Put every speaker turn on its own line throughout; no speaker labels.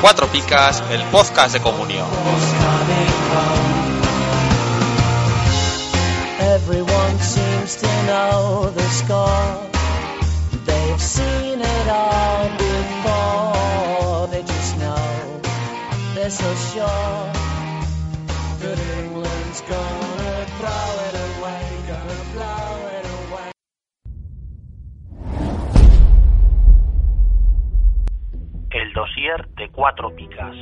Cuatro Picas, el podcast de comunión.
Everyone seems to know the score. They've seen it all before. They just know they're so sure that England's gonna throw it away, gonna blow it away.
El dossier de cuatro picas.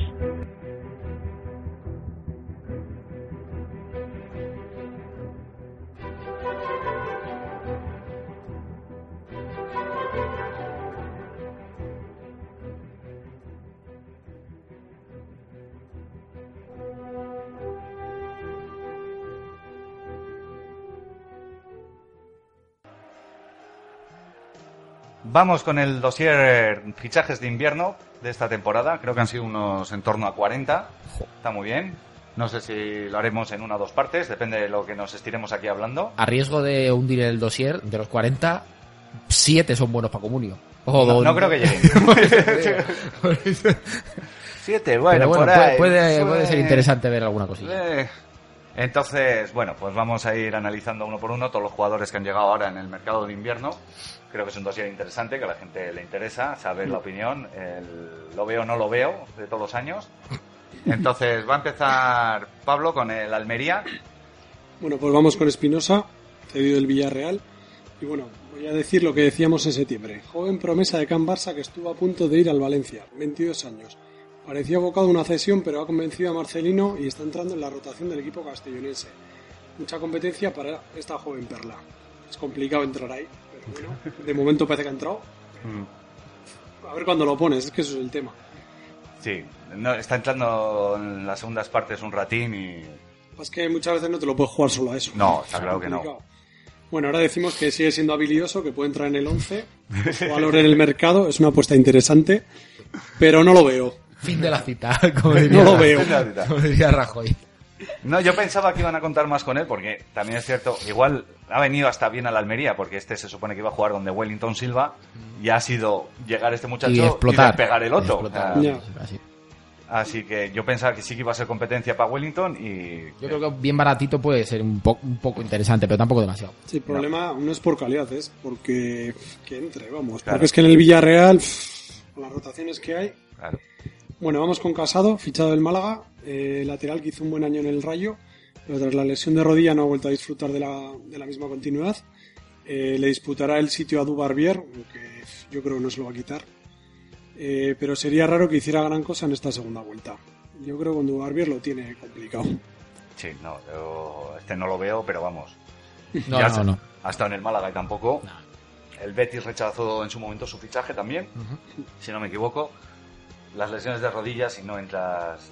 Vamos con el dossier fichajes de invierno de esta temporada. Creo que han sido unos en torno a 40. Está muy bien. No sé si lo haremos en una o dos partes, depende de lo que nos estiremos aquí hablando.
A riesgo de hundir el dossier, de los 40, 7 son buenos para Comunio. O
No,
don-
no creo que lleguen. Siete,
Pero bueno,
por
puede,
ahí.
puede- puede ser
Eh,
interesante ver alguna cosilla.
eh. Entonces, bueno, pues vamos a ir analizando uno por uno todos los jugadores que han llegado ahora en el mercado de invierno. Creo que es un dossier interesante, que a la gente le interesa saber la opinión, el lo veo o no lo veo de todos los años. Entonces, va a empezar Pablo con el Almería.
Bueno, pues vamos con Espinosa, cedido del Villarreal. Y bueno, voy a decir lo que decíamos en septiembre. Joven promesa de Can Barça que estuvo a punto de ir al Valencia, 22 años. Parecía abocado a una cesión, pero ha convencido a Marcelino y está entrando en la rotación del equipo castellonense. Mucha competencia para esta joven perla. Es complicado entrar ahí, pero bueno, de momento parece que ha entrado. Mm. A ver cuándo lo pones, es que eso es el tema.
Sí, no, está entrando en las segundas partes un ratín y...
Es que muchas veces no te lo puedes jugar solo a eso.
No, está claro que no.
complicado. Bueno, ahora decimos que sigue siendo habilidoso, que puede entrar en el 11, su valor en el mercado, es una apuesta interesante, pero no lo veo.
Fin de la cita, como diría,
No lo veo.
como diría Rajoy.
No, yo pensaba que iban a contar más con él porque también es cierto, igual ha venido hasta bien a la Almería porque este se supone que iba a jugar donde Wellington Silva y ha sido llegar este muchacho
Y explotar.
pegar el otro.
Explotar.
Ah,
Ya.
Así.
Así que yo pensaba que sí que iba a ser competencia para Wellington y...
Yo creo que bien baratito puede ser un, po- un poco interesante, pero tampoco demasiado.
Sí, el problema no es por calidad, es porque que entre, vamos.
Claro.
Porque es que en el Villarreal, pff, con las rotaciones que hay.
Claro.
Bueno, vamos con Casado, fichado del Málaga, eh, lateral que hizo un buen año en el Rayo, pero tras la lesión de rodilla no ha vuelto a disfrutar de la, de la misma continuidad. Eh, le disputará el sitio a Dubarbier, aunque pff, yo creo que no se lo va a quitar. Eh, pero sería raro que hiciera gran cosa en esta segunda vuelta. Yo creo que con Dubarbier lo tiene complicado.
Sí, no, yo este no lo veo, pero vamos.
No,
Ya
no,
se-
no.
Ha estado en el Málaga y tampoco.
No.
El Betis rechazó en su momento su fichaje también, si no me equivoco. Las lesiones de rodillas y no entras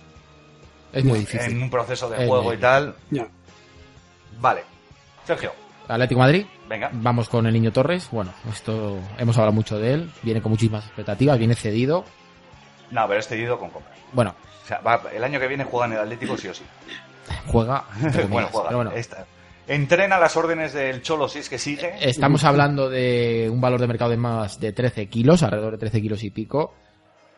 Es muy difícil.
en un proceso de
Eh,
juego y tal.
Ya.
Vale. Sergio,
Atlético Madrid,
venga.
vamos con el Niño Torres. Bueno, esto hemos hablado mucho de él. Viene con muchísimas expectativas, viene cedido.
No, pero es cedido con compra.
Bueno,
O sea, va- el año que viene juega en el Atlético sí o sí.
juega. entre
bueno,
comillas,
juega.
pero bueno.
Esta- Entrena las órdenes del Cholo si es que sigue.
Estamos hablando de un valor de mercado de más de 13 kilos, alrededor de 13 kilos y pico.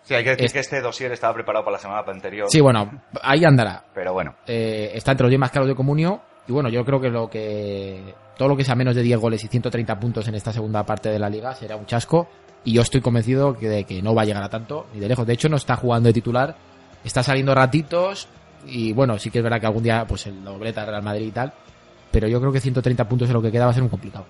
Sí, hay que decir
es-
que este dossier estaba preparado para la semana anterior.
eh, Sí, bueno, ahí andará.
Pero bueno,
Eh, está entre los 10 más caros de Comunio. Y bueno, yo creo que lo que todo lo que sea menos de 10 goles y 130 puntos en esta segunda parte de la liga será un chasco. Y yo estoy convencido que, de que no va a llegar a tanto, ni de lejos. De hecho, no está jugando de titular, está saliendo ratitos. Y bueno, sí que es verdad que algún día pues el doblete al Real Madrid y tal. Pero yo creo que 130 puntos en lo que queda va a ser un complicado.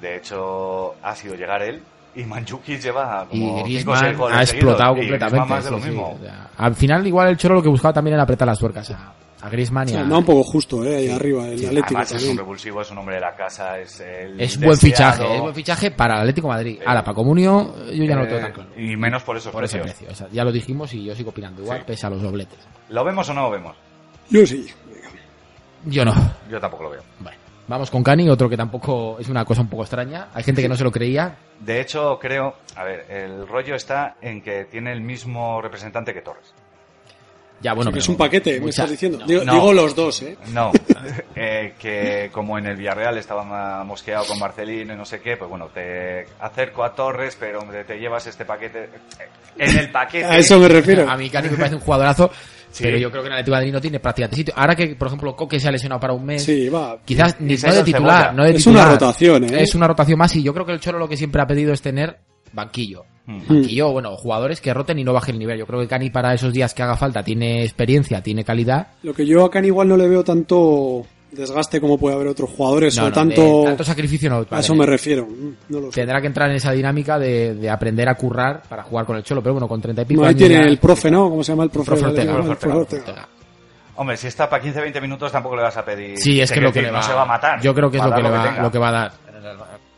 de hecho ha sido llegar él y Manchuki lleva
Y
como cinco o
Griezmann
seis goles
ha
seguidos. Y
explotado
Griezmann
completamente.
más de lo
sí, sí.
mismo.
O sea, al final, igual el Cholo lo que buscaba también era apretar las tuercas a, a Griezmann
O
y
sea,
a-
anda un poco justo, ¿eh? Ahí arriba, el Atlético
Además es un
también.
revulsivo, es un hombre de la casa, es el
Es buen
deseado.
fichaje, es buen fichaje para el Atlético de Madrid. Ahora, para Comunio, yo ya no lo tengo tan claro.
Eh, Y menos por esos
Por ese
precios.
precio. O sea, ya lo dijimos y yo sigo opinando igual,
Sí.
pese a los dobletes.
¿Lo vemos o no lo vemos?
Yo sí, venga.
Yo no.
Yo tampoco lo veo.
Bueno, vamos con Cani, otro que tampoco es una cosa un poco extraña. Hay gente que no se lo creía.
De hecho, creo, a ver, el rollo está en que tiene el mismo representante que Torres.
Ya, bueno,
O sea, que
pero
es un paquete, me
mucha-
estás diciendo. digo,
no.
digo los dos, ¿eh?
No, eh, que como en el Villarreal estaba ma- mosqueado con Marcelino y no sé qué, pues bueno, te acerco a Torres, pero hombre, te llevas este paquete. En el paquete.
A eso me refiero.
A mí Cani me parece un jugadorazo,
Sí.
pero yo creo que en el Atlético de Madrid no tiene prácticamente sitio. Ahora que, por ejemplo, Coque se ha lesionado para un mes,
Sí, va.
quizás ni,
se ha
no de
ido Cebolla.
titular, no de
Es
titular.
una rotación, ¿eh?
Es una rotación más y yo creo que el Cholo lo que siempre ha pedido es tener banquillo.
Mm.
Y yo, bueno, jugadores que roten y no bajen el nivel. Yo creo que Cani para esos días que haga falta tiene experiencia, tiene calidad.
Lo que yo a Can igual no le veo tanto desgaste como puede haber otros jugadores
No,
o
no,
tanto...
de tanto sacrificio no. va
A
a
eso
tener.
me refiero. Mm, No lo sé.
Tendrá que entrar en esa dinámica de, de aprender a currar para jugar con el Cholo. Pero bueno, con 30 y pico
No, ahí
años ya-
tiene el profe, ¿no? ¿Cómo se llama el profe?
Profe
del
Ortega,
Atlético?
profe
El
Ortega. Hombre, si está para 15-20 minutos tampoco le vas a pedir.
Sí, es que
quiero
lo que
decir,
le va,
No se va a matar.
Yo creo que es
Va a
lo que,
dar
le va,
tenga.
lo que va a dar.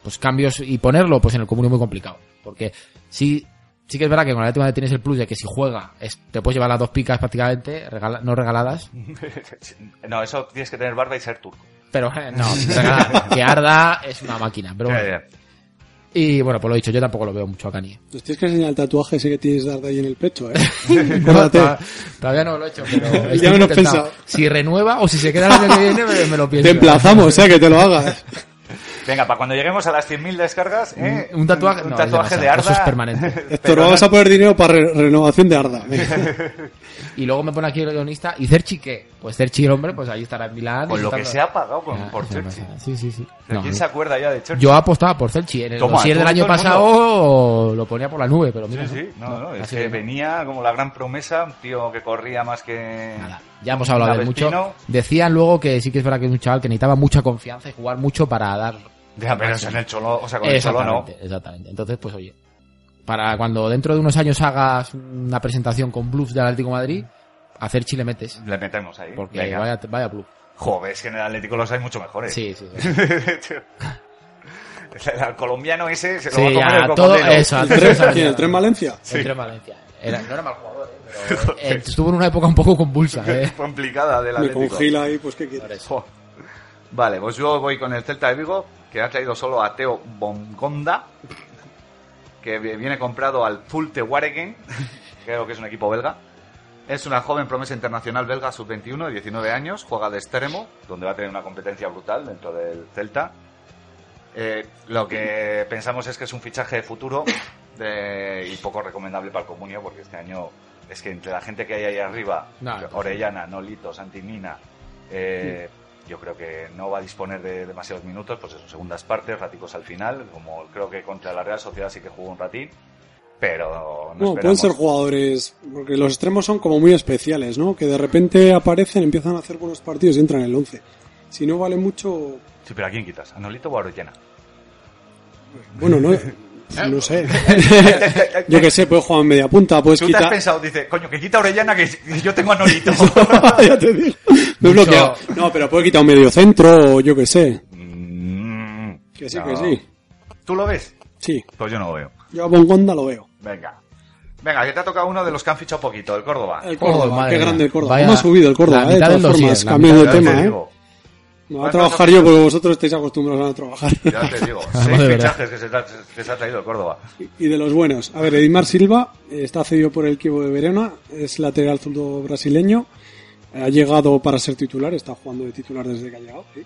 Pues cambios y ponerlo, pues en el común es muy complicado. Porque sí, sí que es verdad que con la última tienes el plus de que si juega, es- te puedes llevar las dos picas prácticamente, regala- no regaladas.
No, eso tienes que tener barba y ser turco.
Pero eh, no, regaladas. que Arda es una máquina. Pero bueno.
Ya, ya.
Y bueno, pues lo he dicho, yo tampoco lo veo mucho a Cani.
Nos tienes que enseñar el tatuaje ese que tienes de Arda ahí en el pecho, ¿eh?
No,
Acuérdate.
ta- todavía no lo he hecho, pero estoy
Ya me lo he
intentando.
pensado.
Si renueva o si se queda el año que viene, me, me lo pienso.
Te emplazamos, o sea, que te lo hagas.
Venga, para cuando lleguemos a las 100.000 descargas, ¿eh?
Un tatuaje,
un
no, es
tatuaje de
demasiado,
Arda.
eso es permanente.
Héctor, vamos a poner dinero para re- renovación de Arda. Venga.
Y luego me pone aquí el guionista, ¿y Cerchi qué? Pues Cerchi, el hombre, pues ahí estará en Milán.
Con lo que
disfrutando.
se ha pagado con,
Ah,
por
sí,
Churchill.
Sí, sí, sí.
¿Pero
No,
¿Quién se acuerda ya de Churchill?
yo apostaba por Celchi. En el
Toma,
dossier del
todo-
año
todo el
pasado lo ponía por la nube, pero mira.
Sí, sí, no, no, es
Así
que
que no.
venía como la gran promesa, un tío que corría más que...
Nada, ya hemos hablado de él mucho.
Vespino.
Decían luego que sí que es verdad que es un chaval que necesitaba mucha confianza y jugar mucho para dar.
Ya, pero eso en el Cholo, o sea, con el Cholo no.
exactamente, exactamente. Entonces, pues oye, para cuando dentro de unos años hagas una presentación con blues del Atlético de Madrid, a Cerchi le metes.
Le metemos ahí.
Porque
Venga.
vaya, vaya blues.
Joder, es que en el Atlético los hay mucho mejores.
Sí, sí. sí.
el colombiano ese se lo
Sí,
va a comer
ya,
el
todo
cocodrilo.
eso,
¿El
antes
tren,
de-
¿Quién? ¿El tren Valencia?
El tren Valencia. Era- no era mal jugador, ¿eh? pero eh, estuvo en una época un poco convulsa. ¿eh?
Complicada del
Me
Atlético.
congela ahí, pues ¿qué quieres?
Jo. Vale, pues yo voy con el Celta de Vigo, que ha traído solo a Teo Bongonda, que vi- viene comprado al Zulte Waregem, creo que es un equipo belga. Es una joven promesa internacional belga sub-21, 19 años, juega de extremo, donde va a tener una competencia brutal dentro del Celta. Eh, lo que pensamos es que es un fichaje de futuro de- y poco recomendable para el Comunio, porque este año es que entre la gente que hay ahí arriba,
No,
Orellana, Nolito, Santinina, eh, yo creo que no va a disponer de demasiados minutos, pues eso, segundas partes, raticos al final, como creo que contra la Real Sociedad sí que jugó un ratín, pero no,
No, pueden
esperamos.
ser jugadores, porque los extremos son como muy especiales, ¿no? Que de repente aparecen, empiezan a hacer buenos partidos y entran en el 11. Si no vale mucho,
Sí, pero ¿a quién quitas? ¿A Nolito o a Orellana?
bueno, no, no sé. Yo que sé, puedes jugar en media punta, puedes
Tú te has
quitar...
pensado, dice, coño, que quita a Orellana que que yo tengo a Nolito.
ya te digo. Me he
Mucho-
bloqueado. No, pero puede quitar un medio centro o yo que sé.
Mm,
Que sí,
no.
que sí.
¿Tú lo ves?
Sí,
Pues yo no lo veo.
yo a Bongonda lo veo.
Venga. Venga, que te ha tocado uno de los que han fichado poquito, el Córdoba.
El
Córdoba,
Córdoba,
madre
qué
mía.
grande el Córdoba.
Vaya-
¿Cómo ha subido el
la
Córdoba? eh? De
mitad
todas
del dossier,
formas,
la
cambiando de
Ya te
tema, ¿eh?
digo,
Me voy a trabajar yo porque vosotros estáis acostumbrados a trabajar.
ya te digo. Seis
Madre
fichajes que se, te ha, que se ha traído el Córdoba.
Y de los buenos. A ver, Edimar Silva eh, está cedido por el Kievo de Verona, es lateral zurdo brasileño. eh, Ha llegado para ser titular, está jugando de titular desde que ha llegado. sí.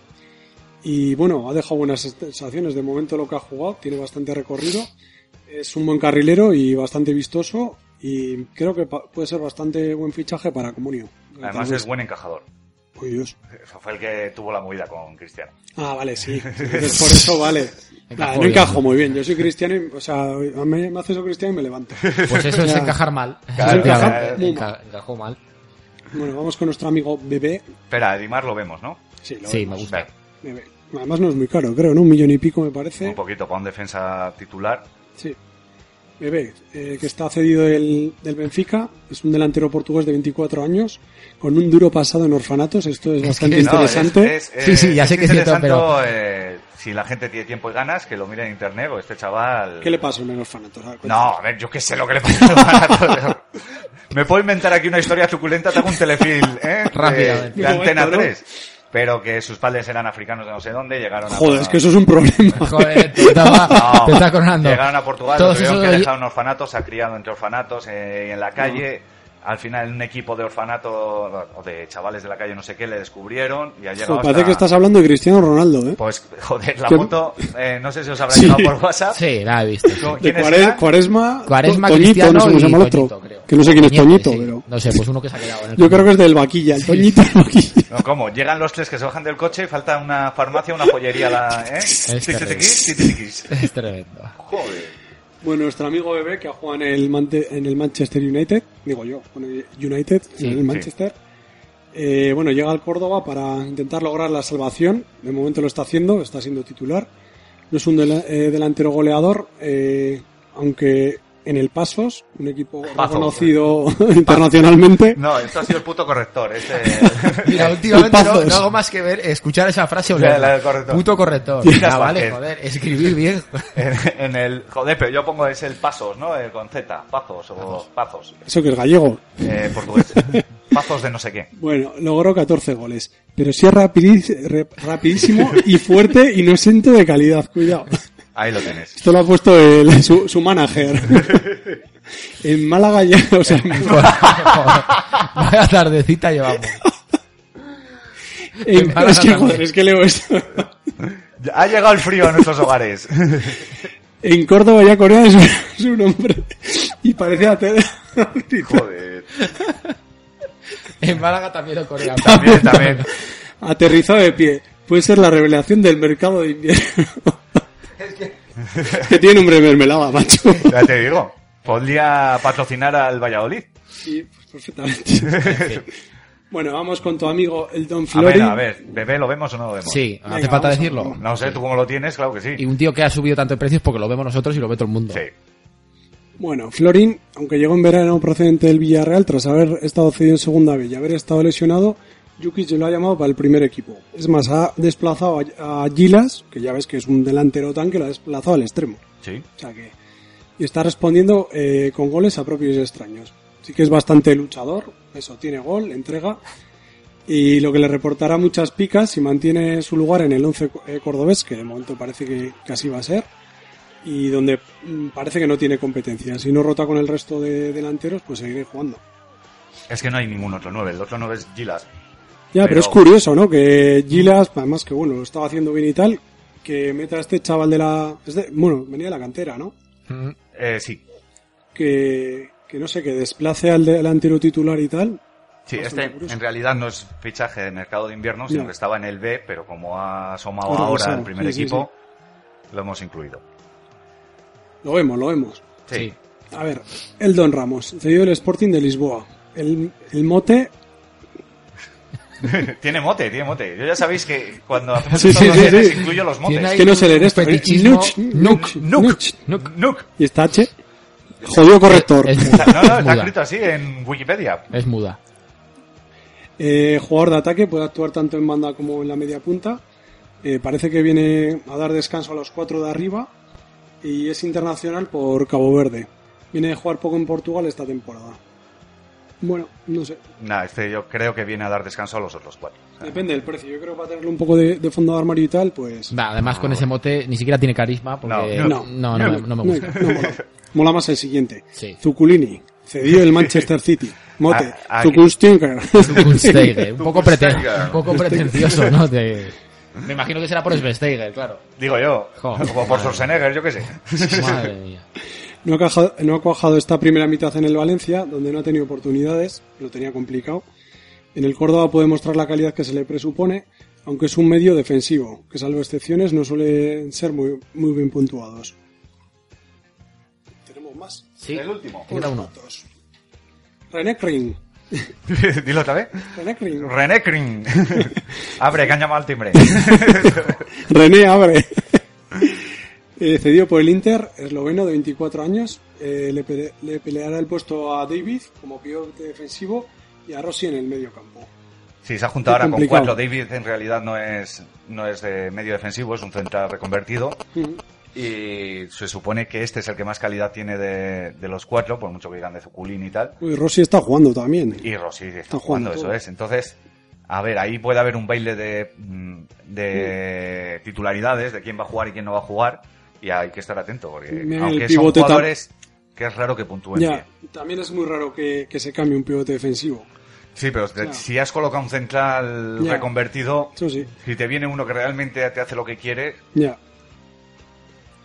Y bueno, ha dejado buenas sensaciones. De momento lo que ha jugado, tiene bastante recorrido. Es un buen carrilero y bastante vistoso. Y creo que pa- puede ser bastante buen fichaje para Comunio.
Además es buen encajador.
Uy, Dios.
Eso fue el que tuvo la movida con Cristiano.
Ah, vale, sí. Entonces, por eso vale.
Encajó
Nah, no
bien.
encajo muy bien. Yo soy cristiano y, o sea, a mí me haces eso cristiano y me levanto.
Pues eso es
Ya.
encajar mal.
Claro,
Efectivamente,
claro.
enca- encajó mal.
Bueno, vamos con nuestro amigo Bebé.
Espera, Edimar lo vemos, ¿no?
Sí, lo
Sí,
vemos.
me gusta.
Venga,
Bebé. Además no es muy caro, creo, ¿no? Un millón y pico me parece.
Un poquito para un defensa titular.
Sí. Bebé, eh, que está cedido del, del Benfica, es un delantero portugués de 24 años, con un duro pasado en orfanatos, esto es bastante
que-
No, es-
interesante.
es, eh,
Sí, sí, ya sé que es cierto,
interesante,
pero-
eh, si la gente tiene tiempo y ganas, que lo mire en internet, porque este chaval...
¿Qué le pasó en Ah, el orfanato? A ver, cuéntame.
No, a ver, yo qué sé lo que le pasa. Me puedo inventar aquí una historia suculenta, te hago un telefilm, ¿eh? De,
Rápidamente.
de Antena
Muy bueno, ¿no?
3. Pero que sus padres eran africanos de no sé dónde, llegaron a...
Joder, es que eso es un problema.
Joder, te estaba,
No,
te está coronando.
Llegaron a Portugal,
Todos
tuvieron
esos
que
oy-
dejar en orfanatos, se ha criado entre orfanatos eh, y en la calle. al final un equipo de orfanato o de chavales de la calle no sé qué le descubrieron y ha llegado
Joder, parece
hasta-
que estás hablando de Cristiano Ronaldo, ¿eh?
Pues, joder, la
¿Qué?
foto, eh, no sé si os habrá
Sí.
llegado por WhatsApp.
Sí, la he visto. sí.
¿Cómo-
De
¿quién es
Cuare-
esa?
Cuaresma,
Cuaresma,
To- Toñito,
Cristiano
no sé cómo se
y
llama el otro.
Toñito, creo.
Que no sé quién es Toñito,
sí.
pero...
No sé, pues uno que se ha quedado en el
Yo creo que es del vaquilla, el Toñito del vaquilla.
No, ¿cómo? Llegan los tres que se bajan del coche y falta una farmacia, una pollería, la, ¿eh? Tiquitiquis, tiquitiquis.
Es tremendo.
Joder.
Bueno, nuestro amigo Bebé, que ha jugado en el, Mante- en el Manchester United, digo yo, con el United,
Sí,
en el
sí.
Manchester, eh, bueno, llega al Córdoba para intentar lograr la salvación. De momento lo está haciendo, está siendo titular. No es un dela- eh, delantero goleador, eh, aunque en el Pasos, un equipo
Pasos.
reconocido
eh.
internacionalmente,
No, esto ha sido el puto corrector. Este...
Mira, últimamente no,
Pazos.
no hago más que ver, escuchar esa frase o
La- la
leerla.
del corrector.
Puto corrector.
Quizás
Ya, Ah, vale,
Vázquez.
joder, escribir bien.
en, en el... Joder, pero yo pongo es el Pasos, ¿no? El con Z. Pazos o Pazos.
eso que es gallego.
Eh, portugués. Pazos de no sé qué.
Bueno, logró 14 goles, pero sí es rapidis- re- rapidísimo y fuerte y no es ente de calidad, cuidado.
Ahí lo tenés.
Esto lo ha puesto el- su, su manager. en Málaga ya, o sea,
Vaya tardecita llevamos.
en-
Málaga
es que
también.
joder, es que leo esto.
Ya Ha llegado el frío a nuestros hogares.
En Córdoba ya Corea es su, su nombre. Y parece a Ted.
Joder.
En Málaga también lo corean.
También, también.
Aterrizó de pie. Puede ser la revelación del mercado de invierno. Es que tiene nombre de mermelada, macho.
Ya te digo. Podría patrocinar al Valladolid.
Sí, pues perfectamente. Bueno, vamos con tu amigo el Don
A
Flori.
ver, a ver. ¿Bebé lo vemos o no lo vemos?
Sí, hace falta
Venga, vamos a-
decirlo.
No sé, tú cómo lo tienes, claro que sí.
Y un tío que ha subido tanto de precios porque lo vemos nosotros y lo ve todo el mundo.
Sí.
Bueno, Florin, aunque llegó en verano procedente del Villarreal tras haber estado cedido en segunda B y haber estado lesionado, Jukic lo ha llamado para el primer equipo. Es más, ha desplazado a, a Gilas, que ya ves que es un delantero tan que lo ha desplazado al extremo.
Sí.
O sea que y está respondiendo eh, con goles a propios y extraños. Sí que es bastante luchador, eso, tiene gol, entrega. Y lo que le reportará muchas picas si mantiene su lugar en el 11 co- eh, cordobés, que de momento parece que casi va a ser, y donde mm, parece que no tiene competencia. Si no rota con el resto de delanteros, pues seguiré jugando.
Es que no hay ningún otro 9. El otro 9 es Gilas.
Ya, pero,
Pero-
es curioso, ¿no? Que Gilas, además que bueno, lo estaba haciendo bien y tal, que meta a este chaval de la... es de- bueno, venía de la cantera, ¿no?
Mm,
Eh, sí.
que, que no sé, que desplace al delantero titular y tal.
Sí,
Bastante
este
curioso.
en realidad no es fichaje de mercado de invierno, sino
No.
que estaba en el B, pero como ha asomado
Ha
ahora
regresado.
el primer
Sí, sí,
equipo, lo hemos incluido.
Lo vemos, lo vemos.
Sí.
sí.
A ver, el Don Ramos, cedido del Sporting de Lisboa. El, el mote,
tiene mote, tiene mote. Yo ya sabéis que cuando hacemos
Sí,
estos
sí, sí,
dossiers
sí.
incluyo los motes.
Tiene
es
ahí
que no
un
sé leer esto. ¿eh?
fetichismo.
Nuch, nuch,
Nuc.
nuch.
Nuc.
Nuc.
¿Y está H? Jodido corrector.
Es, es
O sea, No, no, está
muda.
escrito así en Wikipedia.
Es muda.
Eh, jugador de ataque, puede actuar tanto en banda como en la media punta. Eh, parece que viene a dar descanso a los cuatro de arriba y es internacional por Cabo Verde. Viene de jugar poco en Portugal esta temporada. Bueno, no sé,
Nah, este yo creo que viene a dar descanso a los otros cuatro. O sea,
Depende del precio. Yo creo que para tenerle un poco de, de fondo de armario y tal, pues.
Va, además, con ese mote ni siquiera tiene carisma porque
No,
no,
no.
no, no, me, no me gusta.
no mola. Mola más el siguiente.
Sí.
Zuculini, cedido el Manchester City. Mote,
Ah, ah,
Zuculstinker.
Steiger, un poco, preten-
Steiger.
un poco pretencioso, ¿no? De- Me imagino que será por Steiger, claro.
Digo yo,
Joder,
o por
madre.
Schwarzenegger, yo qué sé.
Madre mía.
No ha, cajado- no ha cuajado esta primera mitad en el Valencia, donde no ha tenido oportunidades, lo tenía complicado. En el Córdoba puede mostrar la calidad que se le presupone, aunque es un medio defensivo, que salvo excepciones no suelen ser muy, muy bien puntuados. ¿Tenemos más?
Sí,
El último.
queda uno.
Dos. René Kring.
Dilo otra vez.
René Kring.
René Kring. Abre, que han llamado al timbre.
René abre. Eh, cedido por el Inter, esloveno de 24 años, eh, le, pele- le peleará el puesto a David como pivote defensivo y a Rossi en el medio campo.
Sí, se ha juntado
Qué
ahora con
complicado.
cuatro. David en realidad no es, no es de medio defensivo, es un central reconvertido. Y se supone que este es el que más calidad tiene de, de los cuatro, por mucho que digan de Zuculín y tal.
Uy, Rossi está jugando también.
Y Rossi está,
Está jugando
jugando, eso
todo.
es. Entonces, a ver, ahí puede haber un baile de, mm, de titularidades, de quién va a jugar y quién no va a jugar. Y hay que estar atento, porque
Mira, el
aunque son
pivote tam-
jugadores que es raro que puntúen bien.
Ya, también es muy raro que, que se cambie un pivote defensivo.
Sí, pero te-
Ya.
si has colocado un central
Ya.
reconvertido,
Eso sí,
si te viene uno que realmente te hace lo que quiere,
ya.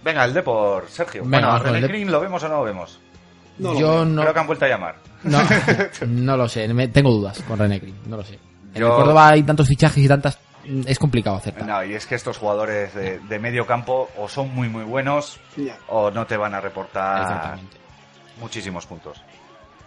venga, el Depor, Sergio.
Venga,
bueno,
vamos con el
René
Dep-
Green, ¿lo vemos o no lo vemos?
No lo
yo
veo.
no,
Creo que han vuelto a llamar.
no, no lo sé, me- tengo dudas con René Green, no lo sé. En
Yo-
el Córdoba hay tantos fichajes y tantas, es complicado acertar.
No, y es que estos jugadores de, de medio campo o son muy muy buenos
Ya.
o no te van a reportar
Exactamente.
muchísimos puntos.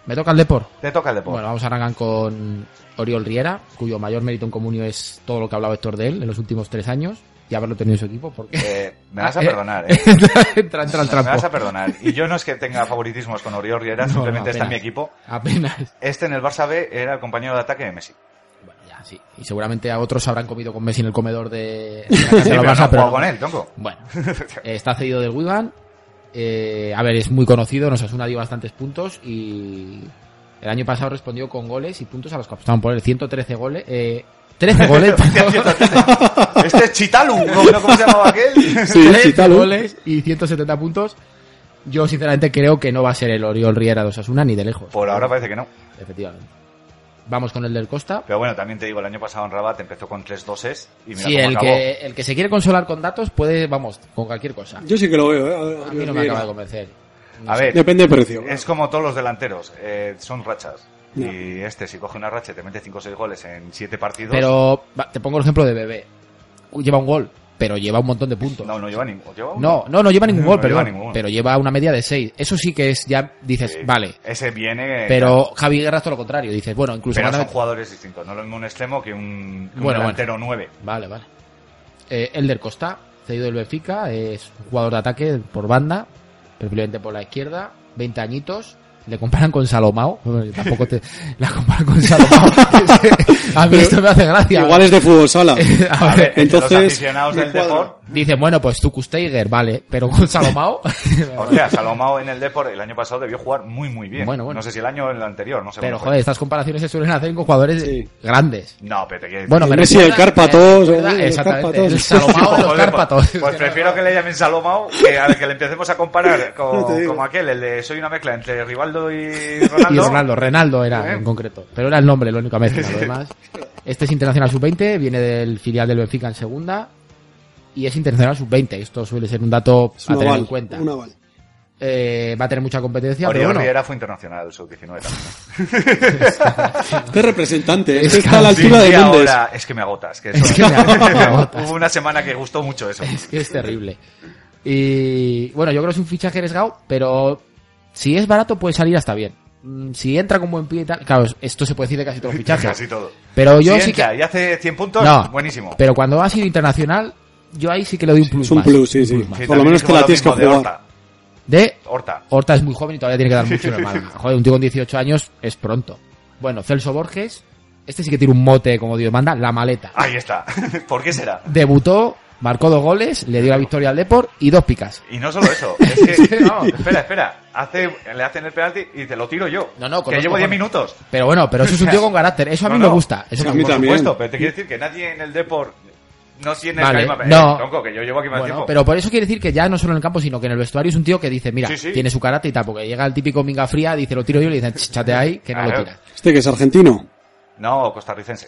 Me toca el Depor.
Te toca el Depor.
Bueno, vamos a arrancar con Oriol Riera, cuyo mayor mérito en comunio es todo lo que ha hablado Héctor de él en los últimos tres años y haberlo tenido en su equipo, porque
Eh, me vas a
Eh,
perdonar, eh.
entra, entra el
Me vas a
trampo.
perdonar. Y yo no es que tenga favoritismos con Oriol Riera,
No,
simplemente
no,
está en mi
apenas.
equipo.
Apenas.
Este en el Barça B era el compañero de ataque de Messi.
Bueno, ya, sí. Y seguramente a otros habrán comido con Messi en el comedor de, de la casa
Sí,
del
pero no
Barça,
han
pero
jugado
no.
con él, tronco.
Bueno, eh, está cedido del Wigan. Eh, a ver, es muy conocido, nos asuna dio bastantes puntos y el año pasado respondió con goles y puntos a los que apostaban por él. 113 goles, eh, 13 goles, perdón.
Este es Chitalu, ¿no? ¿No? ¿Cómo se llamaba aquel?
Sí,
13
Chitalo.
goles y 170 puntos. Yo sinceramente creo que no va a ser el Oriol Riera de Osasuna ni de lejos.
Por ahora parece que no.
Efectivamente. Vamos con el del Costa.
Pero bueno, también te digo, el año pasado en Rabat empezó con tres doses y mira
Sí,
cómo
el
acabó.
que, el que se quiere consolar con datos puede, vamos, con cualquier cosa.
Yo sí que lo veo, ¿eh?
A mí no me acaba de convencer.
A ver,
Depende del precio.
es como todos los delanteros, eh, son rachas.
Ya.
Y este, si coge una racha y te mete 5 o 6 goles en 7 partidos,
Pero va, te pongo el ejemplo de Bebé. Uy, Lleva un gol, pero lleva un montón de puntos.
no, no lleva ninguno. ¿Lleva uno?
No, no, no lleva ningún
No,
gol,
no lleva
perdón.
ninguno.
Pero lleva una media de 6. Eso sí que es, ya dices,
Sí.
vale.
Ese viene.
Pero Javi Guerra es todo lo contrario. Dices, bueno, incluso
Pero
van a
son
met-
jugadores distintos, no lo mismo un extremo que un, que un
Bueno,
delantero 9.
Vale, vale. Eh, Elder Costa, cedido del Benfica, es un jugador de ataque por banda, preferiblemente por la izquierda, 20 añitos. Le comparan con Salomao. Bueno, tampoco te la comparan con Salomao. a mí esto me hace gracia.
Igual es de fútbol sala.
A ver,
A ver, entonces.
entonces,
Los aficionados
me
del
cuadra.
Depor.
Dicen, bueno, pues tú Steiger, vale, pero con Salomao.
O sea, Salomao en el Depor el año pasado debió jugar muy, muy bien.
Bueno, bueno.
No sé si el año o el anterior, no sé.
pero
cuándo fue.
joder, estas comparaciones se suelen hacer con jugadores
Sí.
grandes.
No, pero te quiero decir.
Bueno, me
Messi, el
recuerda-
Cárpatos,
me recuerda-
el
Exactamente,
Cárpatos.
el Salomao de los
Joder, pues-
Cárpatos.
Pues prefiero que le llamen Salomao que al que le empecemos a comparar con,
No te digo.
como aquel, el de soy una mezcla entre Rivaldo y
Y
Ronaldo.
Ronaldo, Renaldo era
Eh.
en concreto. Pero era el nombre, la única mezcla. Lo demás. Este es Internacional Sub-20, viene del filial del Benfica en segunda. Y es Internacional Sub-20. Esto suele ser un dato
Es
a
un
tener
aval,
en cuenta.
un aval.
Eh, va a tener mucha competencia,
Oriol
pero bueno.
Riera fue internacional sub-19 también.
Este representante,
Es
este está a la
casi-
altura
Sí,
de Mendes.
ahora es que me agotas. Que
Es
eso-
que me agotas.
Hubo una semana que gustó mucho eso.
Es que es terrible. Y bueno, yo creo que es un fichaje arriesgado, pero si es barato puede salir hasta bien. Mm, Si entra con buen pie y tal, claro, esto se puede decir de casi todos los
Casi
fichajes.
todo.
Pero yo
Si
sí que
entra y hace 100 puntos,
No.
buenísimo.
Pero cuando ha sido internacional, yo ahí sí que le doy un plus.
Es un
más.
plus, sí, sí.
más.
Sí,
Por
también
lo menos te
dijimos
la tienes que
mismo de
jugar.
Horta.
De
Horta.
Horta es muy joven y todavía tiene que dar mucho en el Málaga. Joder, un tío con 18 años es pronto. Bueno, Celso Borges, este sí que tiene un mote, como Dios manda, la maleta.
Ahí está. ¿Por qué será?
Debutó, marcó dos goles, le dio la victoria al Deport y dos picas.
Y no solo eso, es que, no, espera, espera, hace, le hacen el penalti y te lo tiro yo.
No, no, con
que
los
llevo 10
cojones.
minutos.
Pero bueno, pero eso es un tío con carácter, eso a mí
No, no.
me gusta. Eso me
A mí
gusta.
Por
también.
supuesto, pero te quiero decir que nadie en el Deport no tiene
Vale,
el carisma.
no.
Eh, tronco, que yo llevo aquí más
Bueno,
tiempo.
pero por eso quiere decir que ya no solo en el campo, sino que en el vestuario es un tío que dice, mira,
Sí, sí.
tiene su carácter y tal, porque llega el típico minga fría, dice, lo tiro yo, y le dicen, "Ch, chate ahí, que no lo
Claro.
tira.
Este que es argentino.
No, costarricense.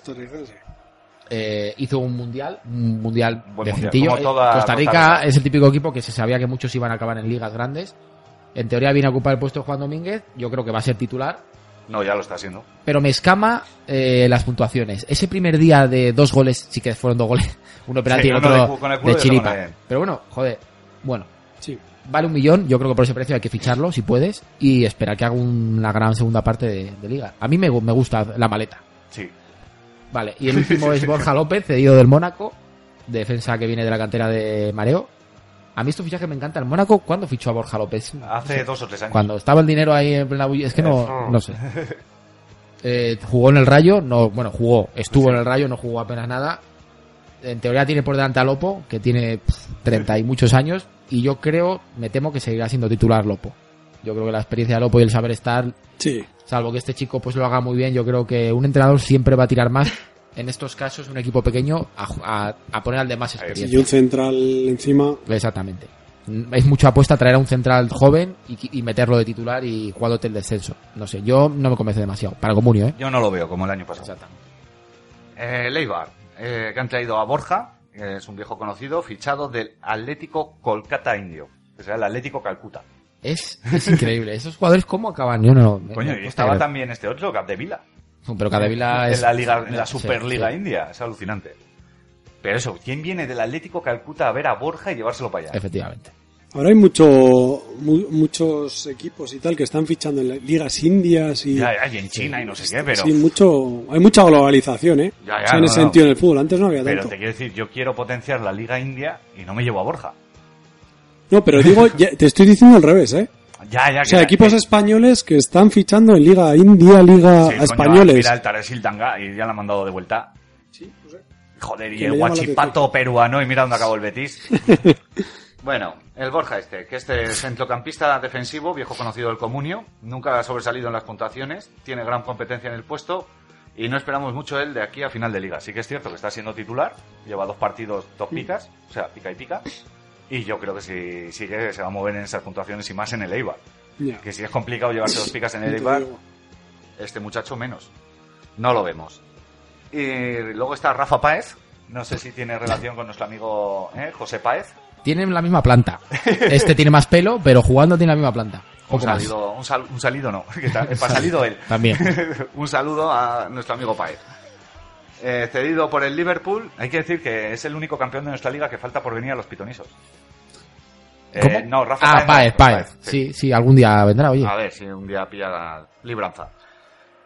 eh, hizo un mundial, un mundial
Buen
de
mundial,
gentillo.
como toda
Eh, Costa Rica
Costa Rica.
es el típico equipo que se sabía que muchos iban a acabar en ligas grandes. En teoría viene a ocupar el puesto de Juan Domínguez, yo creo que va a ser titular,
No, ya lo está haciendo.
pero me escama eh, las puntuaciones. Ese primer día de dos goles, sí que fueron dos goles, uno penalti
Sí,
y el
uno
otro
de cu-
de,
con el culo y otro con
chiripa.
la eh. de-
Pero bueno, joder, bueno,
Sí.
vale un millón, yo creo que por ese precio hay que ficharlo si puedes y esperar que haga una gran segunda parte de, de liga. A mí me, gu- me gusta la maleta.
Sí.
Vale, y el último es Borja López, cedido del Mónaco, defensa que viene de la cantera de Mareo. A mí estos fichajes me encantan. El Mónaco, ¿cuándo fichó a Borja López?
Hace dos o tres años.
Cuando estaba el dinero ahí en la bulla, es que no, no sé. Eh, jugó en el Rayo, no, bueno, jugó, estuvo en el Rayo, no jugó apenas nada. En teoría tiene por delante a Lopo, que tiene pff, 30 y muchos años, y yo creo, me temo que seguirá siendo titular Lopo. Yo creo que la experiencia de Lopo y el saber estar
Sí.
salvo que este chico pues lo haga muy bien, yo creo que un entrenador siempre va a tirar más en estos casos un equipo pequeño a, ju- a- a poner al de más
Ahí
experiencia.
Y un central encima.
Exactamente. es mucho apuesta traer a un central joven y, y meterlo de titular y jugándote el descenso. No sé, yo no me convence demasiado. Para Comunio, ¿eh?
Yo no lo veo como el año pasado. Eh, Leibar, eh, que han traído a Borja, que es un viejo conocido, fichado del Atlético Kolkata Indio, o sea, el Atlético Calcuta.
Es, es increíble. Esos jugadores, ¿cómo acaban? Yo no. me-
Coño,
me
y
cuesta
estaba
creer.
también este otro, Capdevila,
Pero
Ah,
Capdevila es.
en la, liga, en la
Sí,
Superliga
sí,
India, es alucinante. Pero eso, ¿quién viene del Atlético Calcuta a ver a Borja y llevárselo para allá?
Efectivamente.
Ahora hay mucho, mu- muchos equipos y tal que están fichando en la- ligas indias y...
Ya, ya, y en China y no sé qué, pero...
Sí, mucho, hay mucha globalización, ¿eh?
Ya, ya,
O sea, en
no,
ese
no.
sentido en el fútbol. Antes no había
Pero
tanto.
te quiero decir, yo quiero potenciar la Liga India y no me llevo a Borja.
No, pero digo, ya- te estoy diciendo al revés, ¿eh?
Ya, ya,
O sea,
que-
equipos
eh,
españoles que están fichando en Liga India, Liga
sí, coño,
Españoles.
Mira el Taresil Danga y ya la han mandado de vuelta.
Sí, pues, eh. no sé.
Joder, y
Que
el
me llama la
guachipato peruano, y mira dónde acabó el Betis. bueno, el Borja este, que este es centrocampista defensivo, viejo conocido del Comunio, nunca ha sobresalido en las puntuaciones, tiene gran competencia en el puesto y no esperamos mucho de él de aquí a final de liga. Sí que es cierto que está siendo titular, lleva dos partidos, dos picas, o sea, pica y pica, y yo creo que si sigue se va a mover en esas puntuaciones y más en el Eibar.
Ya,
Que si es complicado llevarse dos picas en
te
el Eibar,
digo.
este muchacho menos. No lo vemos. Y luego está Rafa Páez. No sé si tiene relación con nuestro amigo ¿eh? José Páez.
Tienen la misma planta. Este tiene más pelo, pero jugando tiene la misma planta.
Un
Poco más.
salido, un, sal- un salido no, que tal, para salido él.
También.
un saludo a nuestro amigo Páez. Eh, cedido por el Liverpool, hay que decir que es el único campeón de nuestra liga que falta por venir a los pitonisos. Eh,
¿Cómo?
no, Rafa
ah,
Páez. no,
Paez, Paez.
sí.
Sí, sí, algún día vendrá, oye.
A ver si un día pilla la libranza.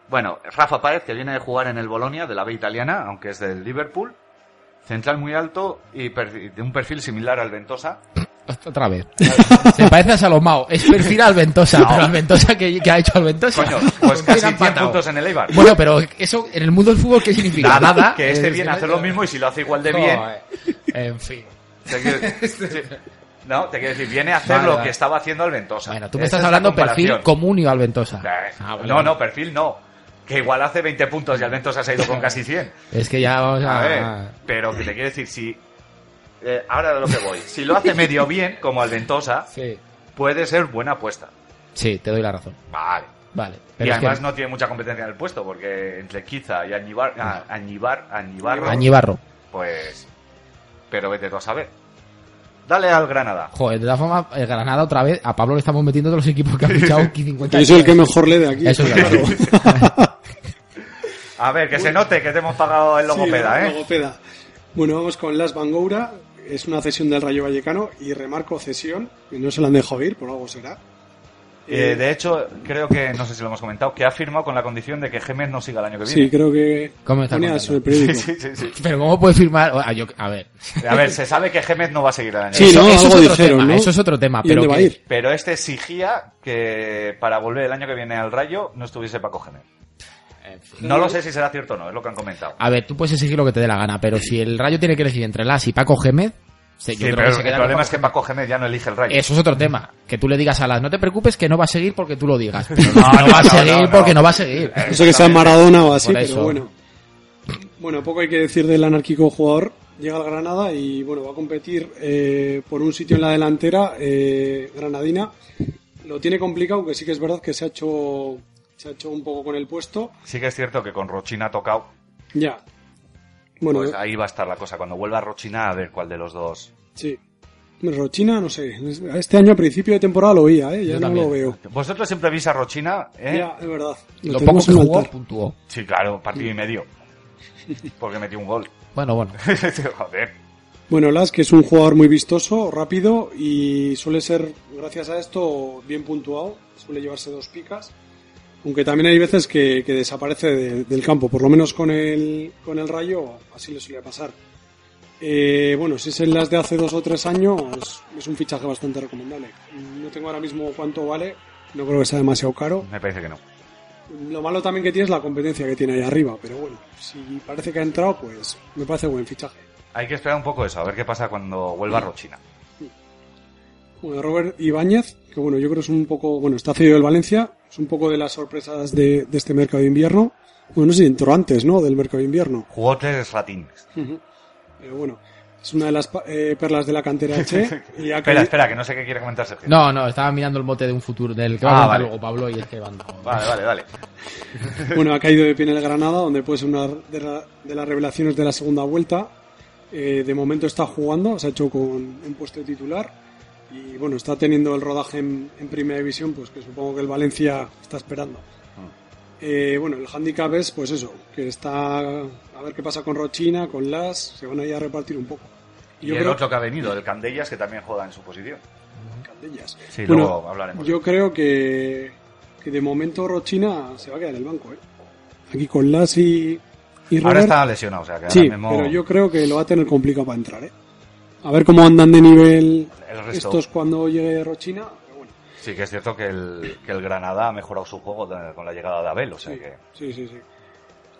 Bueno, Rafa Páez, que viene de jugar en el Bolonia, de la B italiana, aunque es del Liverpool. Central muy alto y per- de un perfil similar al Ventosa.
Otra vez. Se parece a Salomao. Es perfil al Ventosa, pero al Ventosa que, que ha hecho al Ventosa.
Coño, pues
Mira,
casi 100
empatado.
puntos en el Eibar.
Bueno, pero eso en el mundo del fútbol, ¿qué significa?
Nada, que este
Eh,
viene
se
a
me-
hacer lo mismo y si lo hace igual de bien.
Joder. En fin.
te quiero- sí. No, te quiero decir, viene a hacer
Vale,
lo
vale.
que estaba haciendo el Ventosa.
Bueno, tú me
Esa
estás
es la
hablando perfil
comparación.
comunio al Ventosa.
Eh,
Ah, vale,
No,
vale.
no, perfil no. Que igual hace 20 puntos y el Ventosa se ha ido con casi 100.
Es que ya vamos a...
A ver, pero que te quiero decir, si. eh, ahora de lo que voy. Si lo hace medio bien, como al Ventosa,
Sí.
puede ser buena apuesta.
Sí, te doy la razón.
Vale.
Vale.
y
Pero es que-
además no tiene mucha competencia en el puesto, porque entre Quiza y Añibar, a- Añibar, Añibarro,
Añibarro.
pues. Pero vete tú a saber. Dale al Granada.
Joder, de todas formas, el Granada otra vez, a Pablo le estamos metiendo todos los equipos que ha fichado aquí 50
Yo soy el que mejor lee de aquí.
Eso es verdad.
A ver, que se note que te hemos pagado el
Sí,
logopeda, ¿eh?
logopeda. Bueno, vamos con Las Bangoura. Es una cesión del Rayo Vallecano y remarco cesión. que No se la han dejado ir, por algo será.
Eh, de hecho, creo que, no sé si lo hemos comentado, que ha firmado con la condición de que Gemes no siga el año que
sí,
viene.
creo que
¿Cómo está
ponía
contando?
eso en el periódico. Sí,
sí, sí, sí.
Pero ¿cómo puede firmar? Ah, yo- a ver.
A ver, se sabe que Gemes no va a seguir el año que
Sí,
Eso-
¿no?
eso es
Algo
otro
dijeron,
tema,
¿no?
Eso es otro tema.
¿Y
Ah, pero
dónde va a
que-
ir?
Pero este exigía que para volver el año que viene al Rayo no estuviese Paco Gemer. No lo sé si será cierto o no, es lo que han comentado.
A ver, tú puedes exigir lo que te dé la gana, pero si el Rayo tiene que elegir entre Las y Paco Gémez, se-
Sí,
yo creo
pero
que se
el
queda con
problema es
Paco
que Paco Gemer ya no elige el
Gémez.
Rayo.
Eso es otro tema. Que tú le digas a Las, no te preocupes que no va a seguir porque tú lo digas. Pero
No,
no, no
no,
va a
no,
seguir
no, no.
porque no va a seguir.
Eso que sea en Maradona o así,
Por
pero
eso.
bueno. Bueno, poco hay que decir del anárquico jugador. Llega al Granada y bueno, va a competir eh, por un sitio en la delantera, eh, Granadina. Lo tiene complicado, aunque sí que es verdad que se ha hecho, se ha hecho un poco con el puesto.
Sí que es cierto que con Rochina ha tocado,
Ya. Bueno,
pues ahí va a estar la cosa. Cuando vuelva Rochina, a ver cuál de los dos.
sí. Hombre, Rochina, no sé. Este año a principio de temporada lo oía, ¿eh?
Yo
ya no
también.
lo veo.
Vosotros siempre veis a Rochina, ¿eh?
Ya, es verdad.
Lo poco
tenemos
que
en
jugó,
altar.
puntuó.
Sí, claro, partido y medio. Porque metió un gol.
Bueno, bueno.
Joder.
Bueno, Las, que es un jugador muy vistoso, rápido y suele ser, gracias a esto, bien puntuado. Suele llevarse dos picas. Aunque también hay veces que, que desaparece de- del campo, por lo menos con el, con el rayo, así le suele pasar. Eh, bueno, si es el Las de hace dos o tres años, es un fichaje bastante recomendable. No tengo ahora mismo cuánto vale, no creo que sea demasiado caro.
Me parece que no.
Lo malo también que tiene es la competencia que tiene ahí arriba, pero bueno, si parece que ha entrado, pues me parece buen fichaje.
Hay que esperar un poco eso, a ver qué pasa cuando vuelva Rochina.
Bueno, Robert Ibáñez, que bueno, yo creo es un poco, bueno, está cedido del Valencia, es un poco de las sorpresas de, de este mercado de invierno. Bueno, no sé si entró antes, ¿no? Del mercado de invierno.
Jugó tres ratines.
Pero bueno, Es una de las pa- eh, perlas de la cantera Che. y ha
Espera,
caído-
espera, que no sé qué quiere comentar Sergio.
No, no, estaba mirando el mote de un futuro, del que va
Ah,
a contar
vale.
luego Pablo y es que van.
Vale, vale, vale.
Bueno, ha caído de pie en el Granada, donde puede ser una de, la- de las revelaciones de la segunda vuelta. Eh, de momento está jugando, se ha hecho con un puesto de titular y bueno, está teniendo el rodaje en, en primera división, pues que supongo que el Valencia está esperando.
Ah.
Eh, bueno, el handicap es pues eso, que está a ver qué pasa con Rochina, con Las, se van a ir a repartir un poco.
Y el otro que ha venido, el Candellas, que también juega en su posición.
Candellas.
Sí,
Bueno,
luego hablaremos.
Yo creo que, que de momento Rochina se va a quedar en el banco. ¿eh? Aquí con Las y, y
Ahora
Robert-
está lesionado, o sea que
Sí,
ahora mismo
pero yo creo que lo va a tener complicado para entrar. ¿eh? A ver cómo andan de nivel
el resto.
estos cuando llegue Rochina. pero bueno,
Sí que es cierto que el, que el Granada ha mejorado su juego de- con la llegada de Abel, o sea
sí,
que...
sí, sí, sí.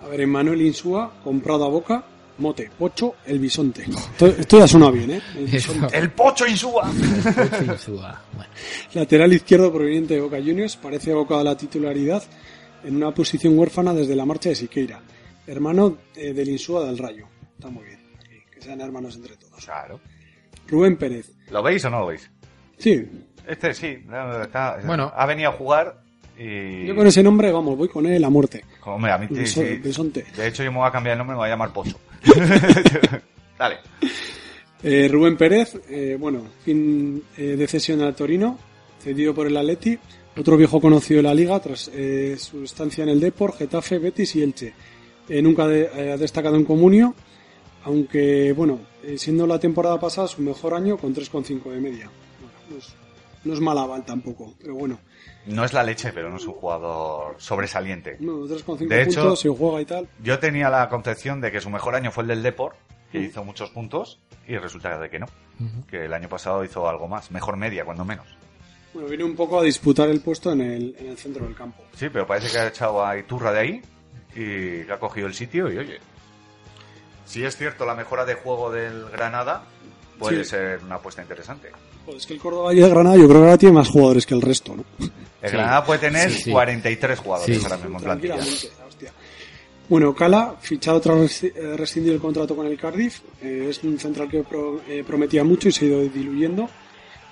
A ver, Emmanuel Insúa, comprado a boca, mote, pocho, el bisonte. Esto, esto ya suena bien, ¿eh? El bisonte.
¡El Pocho Insúa!
Bueno,
Lateral izquierdo proveniente de Boca Juniors, parece abocado a la titularidad en una posición huérfana desde la marcha de Siqueira, hermano eh, del Insúa del Rayo. Está muy bien, aquí, que sean hermanos entre todos.
Claro.
Rubén Pérez,
¿Lo veis o no lo veis?
sí,
Este sí, no, está-
Bueno.
ha venido a jugar y...
yo con ese nombre, vamos, voy con él a muerte.
Hombre, a mí sí,
Bisonte,
sí.
bisonte.
De hecho yo me voy a cambiar el nombre, me voy a llamar Pocho. Dale.
Eh, Rubén Pérez, eh, bueno, fin eh, de cesión al Torino, cedido por el Atleti, otro viejo conocido de la liga tras eh, su estancia en el Depor, Getafe, Betis y Elche. Eh, nunca de- eh, ha destacado en Comunio, aunque, bueno, eh, siendo la temporada pasada su mejor año con 3,5 de media. Bueno, no es, no es mal aval tampoco, pero bueno,
No es la leche, pero no es un jugador sobresaliente.
no, 3,5
De
puntos,
hecho-
se juega y tal.
Yo tenía la concepción de que su mejor año fue el del Deport, que hizo muchos puntos, y resulta de que no,
ujú.
que el año pasado hizo algo más, mejor media, cuando menos.
Bueno, viene un poco a disputar el puesto en el, en el centro del campo.
Sí, pero parece que ha echado a Iturra de ahí y que ha cogido el sitio y oye. Si es cierto la mejora de juego del Granada, puede
Sí.
ser una apuesta interesante.
Joder, es que el Córdoba y el Granada yo creo que ahora tiene más jugadores que el resto, ¿no?
El
Sí.
Granada puede tener
Sí, sí.
43 jugadores
Sí.
ahora mismo en plantilla.
Tranquilamente, la hostia. Bueno, Cala, fichado tras resci- eh, rescindir el contrato con el Cardiff, eh, es un central que pro- eh, prometía mucho y se ha ido diluyendo,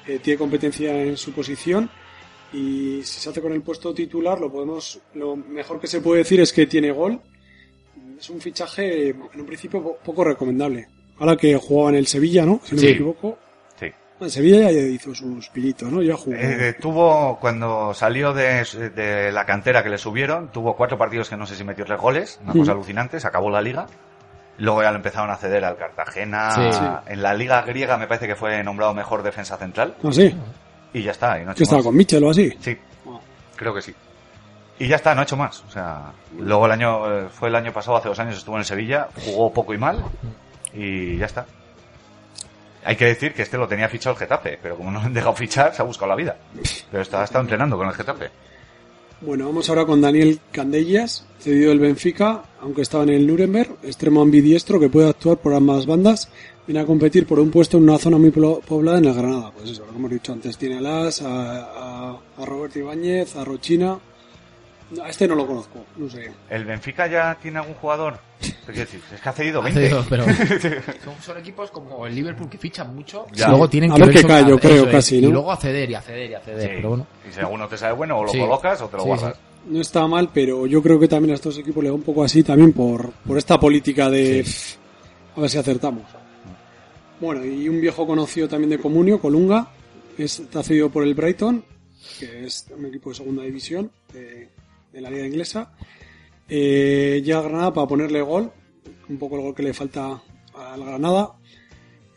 eh, tiene competencia en su posición y si se hace con el puesto titular, lo podemos, lo mejor que se puede decir es que tiene gol. Es un fichaje en un principio po- poco recomendable. Cala que jugaba en el Sevilla, ¿no? Si no
Sí.
me equivoco.
Sí.
En Sevilla ya hizo sus pilitos, ¿no? Ya jugó.
Eh, tuvo, cuando salió de, de la cantera que le subieron, tuvo cuatro partidos que no sé si metió tres goles, una cosa
Ujú.
alucinante, se acabó la liga. Luego ya lo empezaron a ceder al Cartagena.
Sí.
En la liga griega me parece que fue nombrado mejor defensa central.
Ah, sí.
Y ya está, y no ha hecho
Que estaba
más.
con Mitchell o así.
Sí,
Ah.
creo que sí. Y ya está, no ha hecho más. O sea, luego el año, eh, fue el año pasado, hace dos años estuvo en el Sevilla, jugó poco y mal, y ya está. Hay que decir que este lo tenía fichado el Getafe, pero como no lo han dejado fichar, se ha buscado la vida. Pero está, ha estado entrenando con el Getafe.
Bueno, vamos ahora con Daniel Candellas, cedido del Benfica, aunque estaba en el Nuremberg, extremo ambidiestro que puede actuar por ambas bandas. Viene a competir por un puesto en una zona muy plo- poblada en la Granada. Pues eso, lo que hemos dicho antes, tiene a Las, a, a, a Roberto Ibáñez, a Rochina. No, A este no lo conozco, no sé.
¿El Benfica ya tiene algún jugador? Es que, es que ha cedido
Ha
20.
cedido, pero son, son equipos como el Liverpool que fichan mucho.
Ya.
Luego tienen
A
que
ver qué
sobre-
cae, yo
eso
creo,
es.
casi,
Y
¿no?
luego a ceder y a ceder y a ceder,
Sí.
pero bueno.
Y si alguno te sale bueno, o lo
Sí.
colocas o te lo
Sí,
guardas.
No está mal, pero yo creo que también a estos equipos le va un poco así también por, por esta política de "Pff, a ver si acertamos. Bueno, y un viejo conocido también de Comunio, Colunga, es, está cedido por el Brighton, que es un equipo de segunda división de, de la liga inglesa. Eh, llega a Granada para ponerle gol, un poco el gol que le falta al Granada.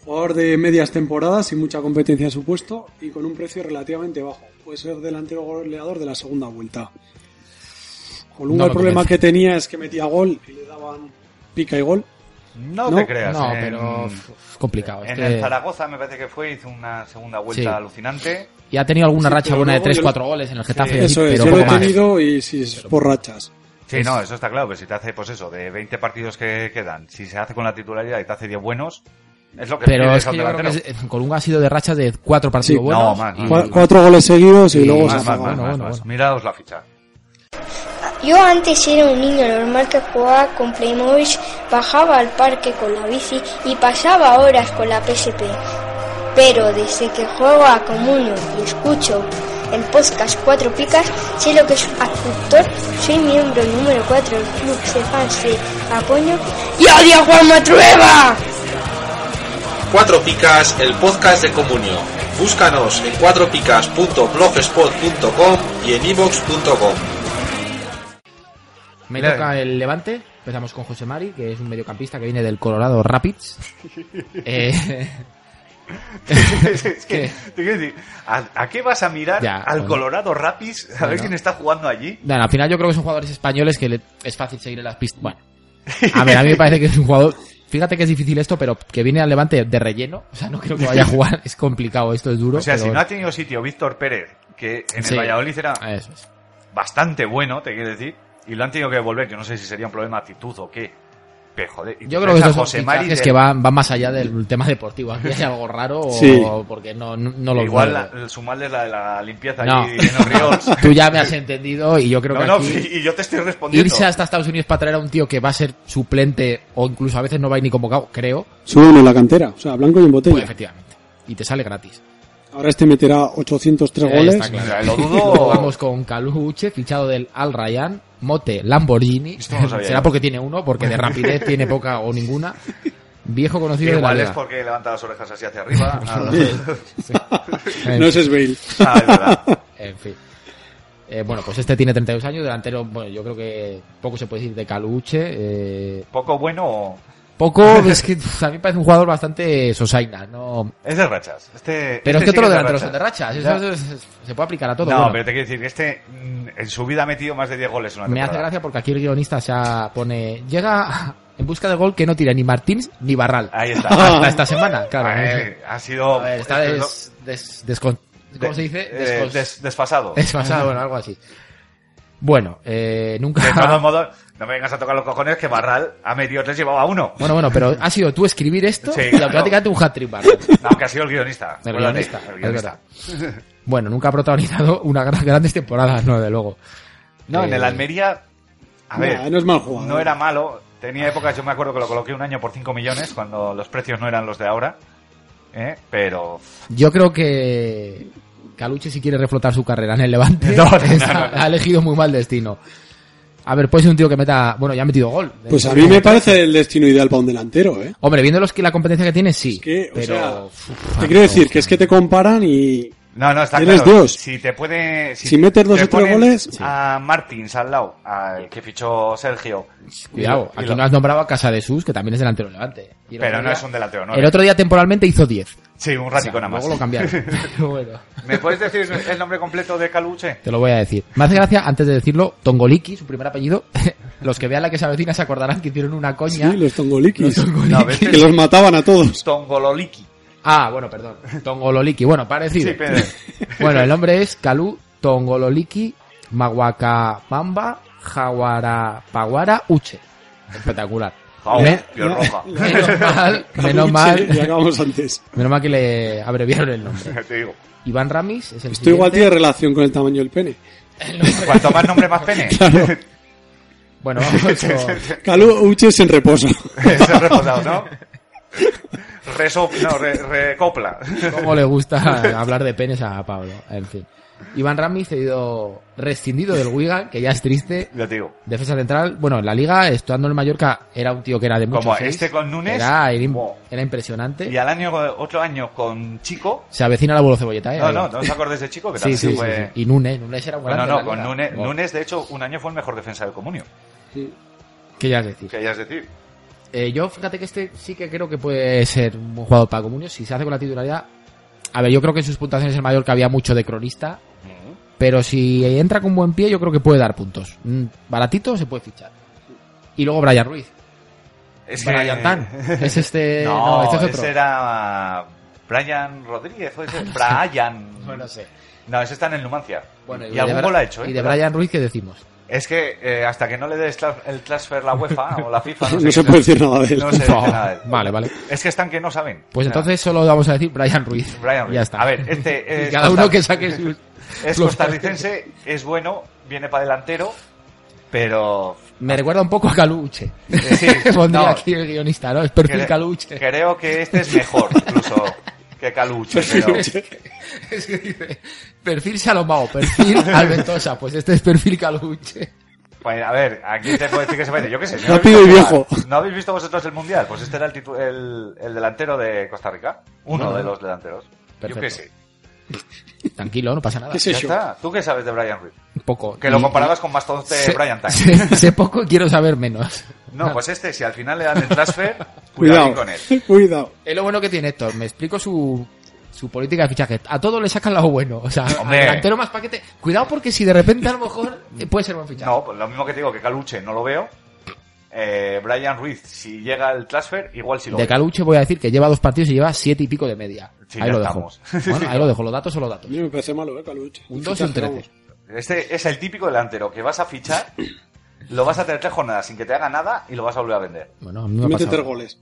Jugador de medias temporadas y mucha competencia en su puesto y con un precio relativamente bajo. Puede ser delantero goleador de la segunda vuelta.
No
Colunga
me
el problema
convence.
que tenía es que metía gol y le daban pica y gol.
No,
No,
te creas.
No,
en-
pero es complicado. es
En
que-
el Zaragoza me parece que fue, hizo una segunda vuelta
Sí.
alucinante.
Y ha tenido alguna
Sí,
racha
pero
buena de
luego yo-
3-4 goles en el Getafe,
Eh,
y así,
Eso es,
pero
yo lo
poco
he
más.
tenido y si es por rachas.
Sí, no, eso está claro, pero si te hace, pues eso, de 20 partidos que quedan, si se hace con la titularidad y te hace 10 buenos, es lo que
Pero
pide
es
a un
que yo creo que
delantero.
es- Colunga ha sido de racha de cuatro partidos
Sí.
buenos.
No, más,
y-
más.
Cua- Cuatro goles seguidos y
Sí,
luego
Más,
se
más,
apaga.
más,
Bueno,
más,
bueno,
más.
bueno.
Miraos la ficha.
Yo antes era un niño normal que jugaba con Playmobil, bajaba al parque con la bici y pasaba horas con la PSP. Pero desde que juego a Comunio y escucho el podcast Cuatro Picas, sé lo que es actor, soy miembro número 4 del club de fans de Apoño y odio a Juan Matrueva.
Cuatro Picas, el podcast de Comunio. Búscanos en cuatropicas.blogspot.com y en ivox.com.
Me
Claro.
toca el levante. Empezamos con José Mari, que es un mediocampista que viene del Colorado Rapids. Eh,
es que,
¿Qué?
te quiero decir, ¿a, a qué vas a mirar
Ya,
al
bueno.
Colorado Rapids a ver
Bueno.
quién está jugando allí?
bueno, al final yo creo que son jugadores españoles que le- es fácil seguir en las pistas. Bueno, a ver, a mí me parece que es un jugador. Fíjate que es difícil esto, pero que viene al levante de relleno. O sea, no creo que vaya a jugar. Es complicado, esto es duro.
O sea, si
pero-
no ha tenido sitio Víctor Pérez, que en el
Sí. Eh.
Valladolid era
Eso es.
bastante bueno, te quiero decir, y lo han tenido que devolver. Yo no sé si sería un problema de actitud o qué. Pero, joder, y
Yo
tú
creo que
ves a
estos son
José Mari
fichajes
de-
que van, van más allá del tema deportivo. Aquí hay algo raro o
Sí.
porque no, no, no lo
Igual
veo.
la- el su mal es la de la limpieza
No.
allí en Orioles.
Tú ya me has entendido y yo creo
No,
que
no,
aquí
y y yo te estoy respondiendo.
irse hasta Estados Unidos para traer a un tío que va a ser suplente o incluso a veces no va a ir ni convocado, creo,
Solo uno en la cantera, o sea, blanco y en
pues
botella.
efectivamente. Y te sale gratis.
Ahora este meterá 803
Eh,
goles.
está claro.
O sea, lo
Luego
dudo.
Vamos con Caluche, fichado del Al Ryan, Mote Lamborghini.
Esto no lo sabía
Será
yo.
porque tiene uno, porque de rapidez tiene poca o ninguna. Viejo conocido de la
Igual es
liga.
porque levanta las orejas así hacia arriba. Ah,
En
No ese es Bale.
ah, es verdad.
En fin. Eh, bueno, pues este tiene 32 años, delantero, bueno, yo creo que poco se puede decir de Caluche. Eh,
Poco bueno o-
poco, es que uf, a mí me parece un jugador bastante sosaina, ¿no?
Es de rachas. Este,
Pero
este
es que
sí
todos los
es
delanteros son de rachas, eso,
Ya.
eso es- es- se puede aplicar a todo.
No,
bueno.
pero te quiero decir que este mm, en su vida ha metido más de 10 goles en una
me hace
temporada.
gracia porque aquí el guionista se ha- pone, llega en busca de gol que no tira ni Martins ni Barral.
Ahí
Hasta
está.
esta semana, claro. no sé.
Eh, ha sido.
A ver, está
esto es
des, des- descon-
lo-
¿Cómo se dice?
eh,
Descon-
des- desfasado.
desfasado, bueno, algo así. Bueno, eh, nunca...
De todos modos, no me vengas a tocar los cojones que Barral ha metido tres, llevaba uno.
Bueno, bueno, pero ha sido tú escribir esto
Sí,
y
claro.
automáticamente un hat-trick para
No, que ha sido el guionista.
El
Acuérdate,
guionista,
el guionista.
Bueno, nunca ha protagonizado una gran, grandes temporadas, no, de luego.
No, en
Eh,
el Almería. A ver,
Nah, no eh. es mal jugador.
no era malo. Tenía épocas, yo me acuerdo que lo coloqué un año por 5 millones cuando los precios no eran los de ahora. ¿eh? Pero.
Yo creo que Caluche si quiere reflotar su carrera en el Levante,
No, no,
está-
no, no.
ha elegido muy mal destino. A ver, puede ser un tío que meta... Bueno, ya ha metido gol.
Pues a mí me parece el destino ideal para un delantero, ¿eh?
Hombre, viendo los que la competencia que tiene, sí.
Es que, o
pero...
sea,
Uf,
Te quiero
no,
decir que es que te comparan y
No, no, está
Tienes
claro.
dos.
Si te puede. Si,
Si metes dos
te
o tres
ponen
goles-
A Martins al lado, al que fichó Sergio.
Cuidado,
Y lo-
aquí no has nombrado a Casa de Sus, que también es delantero del Levante. Y el
Pero
otro
no
día-
es un delantero, ¿no? eh.
El otro día temporalmente hizo 10.
Sí, un
O sea,
ratico nada más.
Luego lo cambiaron. Pero bueno.
¿Me puedes decir el nombre completo de Caluche?
Te lo voy a decir. Me hace gracia, antes de decirlo, Tongoliki, su primer apellido. Los que vean la que se avecina se acordarán que hicieron una coña.
sí, los tongolikis.
Los Tongoliki.
No, ¿ves?
que los mataban a todos.
Tongololiki.
Ah, bueno, perdón. Tongololiki. Bueno, parecido.
Sí, Pedro.
Bueno, el nombre es Kalu Tongololiki Maguacapamba Jaguarapaguara Uche. Espectacular.
Jau,
Me-
piel roja.
Menos mal, menos
Ya
mal,
acabamos antes.
menos mal que le abreviaron el nombre.
Te digo.
Iván Ramis es el
Esto igual
siguiente.
tiene relación con el tamaño del pene.
Cuanto más nombre, más pene.
Bueno, vamos con-
Calú Uches en reposo.
Se ha reposado, ¿no? Reso, no, re- recopla.
Cómo le gusta hablar de penes a Pablo. En fin. Iván Ramis cedido rescindido del Wigan, que ya es triste.
Lo digo.
Defensa central, bueno, en la liga, estando en Mallorca, era un tío que era de mucho
Como
seis.
este con Nunes.
Era, era im-
Wow.
era impresionante.
Y al año, otro año con Chico.
Se avecina la bolo cebolleta, ¿eh?
No,
Ahí
no,
va.
no os acordáis de Chico, que
sí,
también
sí, sí,
fue.
sí. Y Nunes, Nunes era un
No,
gran
no, no, con Nunes, Nunes, de hecho, un año fue el mejor defensa del comunio.
¿Qué ya decir?
Que ya es decir.
Eh, yo, fíjate que este sí que creo que puede ser un buen jugador para Comunio. Si se hace con la titularidad. A ver, yo creo que en sus puntuaciones en Mallorca había mucho de cronista. Pero si entra con buen pie, yo creo que puede dar puntos. Mm, Baratito se puede fichar. Y luego Brian Ruiz.
Es
Brian Tan. Es este.
no,
No, este es otro.
ese era. Brian Rodríguez, puede ser. Brian.
No lo sé.
No, ese está en el Numancia.
Bueno,
y
de
algún
Bra-
gol ha hecho, ¿eh?
Y de Brian Ruiz, ¿qué decimos?
Es que eh, hasta que no le des tra- el transfer la UEFA o la FIFA, no, sé
No se
qué
puede
sea.
decir nada de él.
No se dice nada de él.
vale, vale.
Es que están que no saben.
Pues
Nada.
entonces solo vamos a decir Brian Ruiz.
Brian Ruiz.
Ya está.
A ver, este
Y
es
cada uno
costar-
que saque sus.
es
los-
costarricense, es bueno, viene para delantero. Pero eh,
Me recuerda un poco a Caluche.
Sí,
Pondría
no.
aquí el guionista, ¿no? Es perfil
cre-
Caluche.
creo que este es mejor, incluso, que Caluche. pero-
Es que dice, perfil Salomao, perfil Alventosa. Pues este es perfil Caluche.
Pues, a ver, aquí te puedo decir que se parece. Yo qué sé. yo
Rápido
he visto
y
jugar.
viejo.
¿No habéis visto vosotros el Mundial? Pues este era el, titu- el, el delantero de Costa Rica. Uno
No, no.
de los delanteros. Yo qué
Perfecto.
sé.
Tranquilo, no pasa nada.
¿Qué es
Ya
eso?
está. ¿Tú qué sabes de Brian Ruiz?
Un poco.
Que lo
Y-
comparabas con Mastodonte
sé-
Brian Time.
sé- sé poco y quiero saber menos.
No, pues este, si al final le dan el transfer, cuidado
Cuidado.
con él.
Cuidado.
Es lo bueno que tiene Héctor. Me explico su, su política de fichaje. A todo le sacan lo bueno. O sea, al
Hombre.
delantero más paquete. Cuidado porque si de repente a lo mejor eh, puede ser buen fichaje.
No, pues lo mismo que te digo, que Caluche no lo veo. Eh, Brian Ruiz, si llega el transfer, igual si lo
de
veo.
Caluche voy a decir que lleva dos partidos y lleva siete y pico de media.
Sí,
ahí
ya
lo dejo.
estamos.
Bueno, ahí lo dejo. Los datos son los
A
datos.
mí me parece malo, ¿eh, Caluche?
Un 2 y un 13.
Este es el típico delantero que vas a fichar, lo vas a tener tres jornadas sin que te haga nada y lo vas a volver a vender.
Bueno, a mí me ha
Mete
pasado.
tres goles.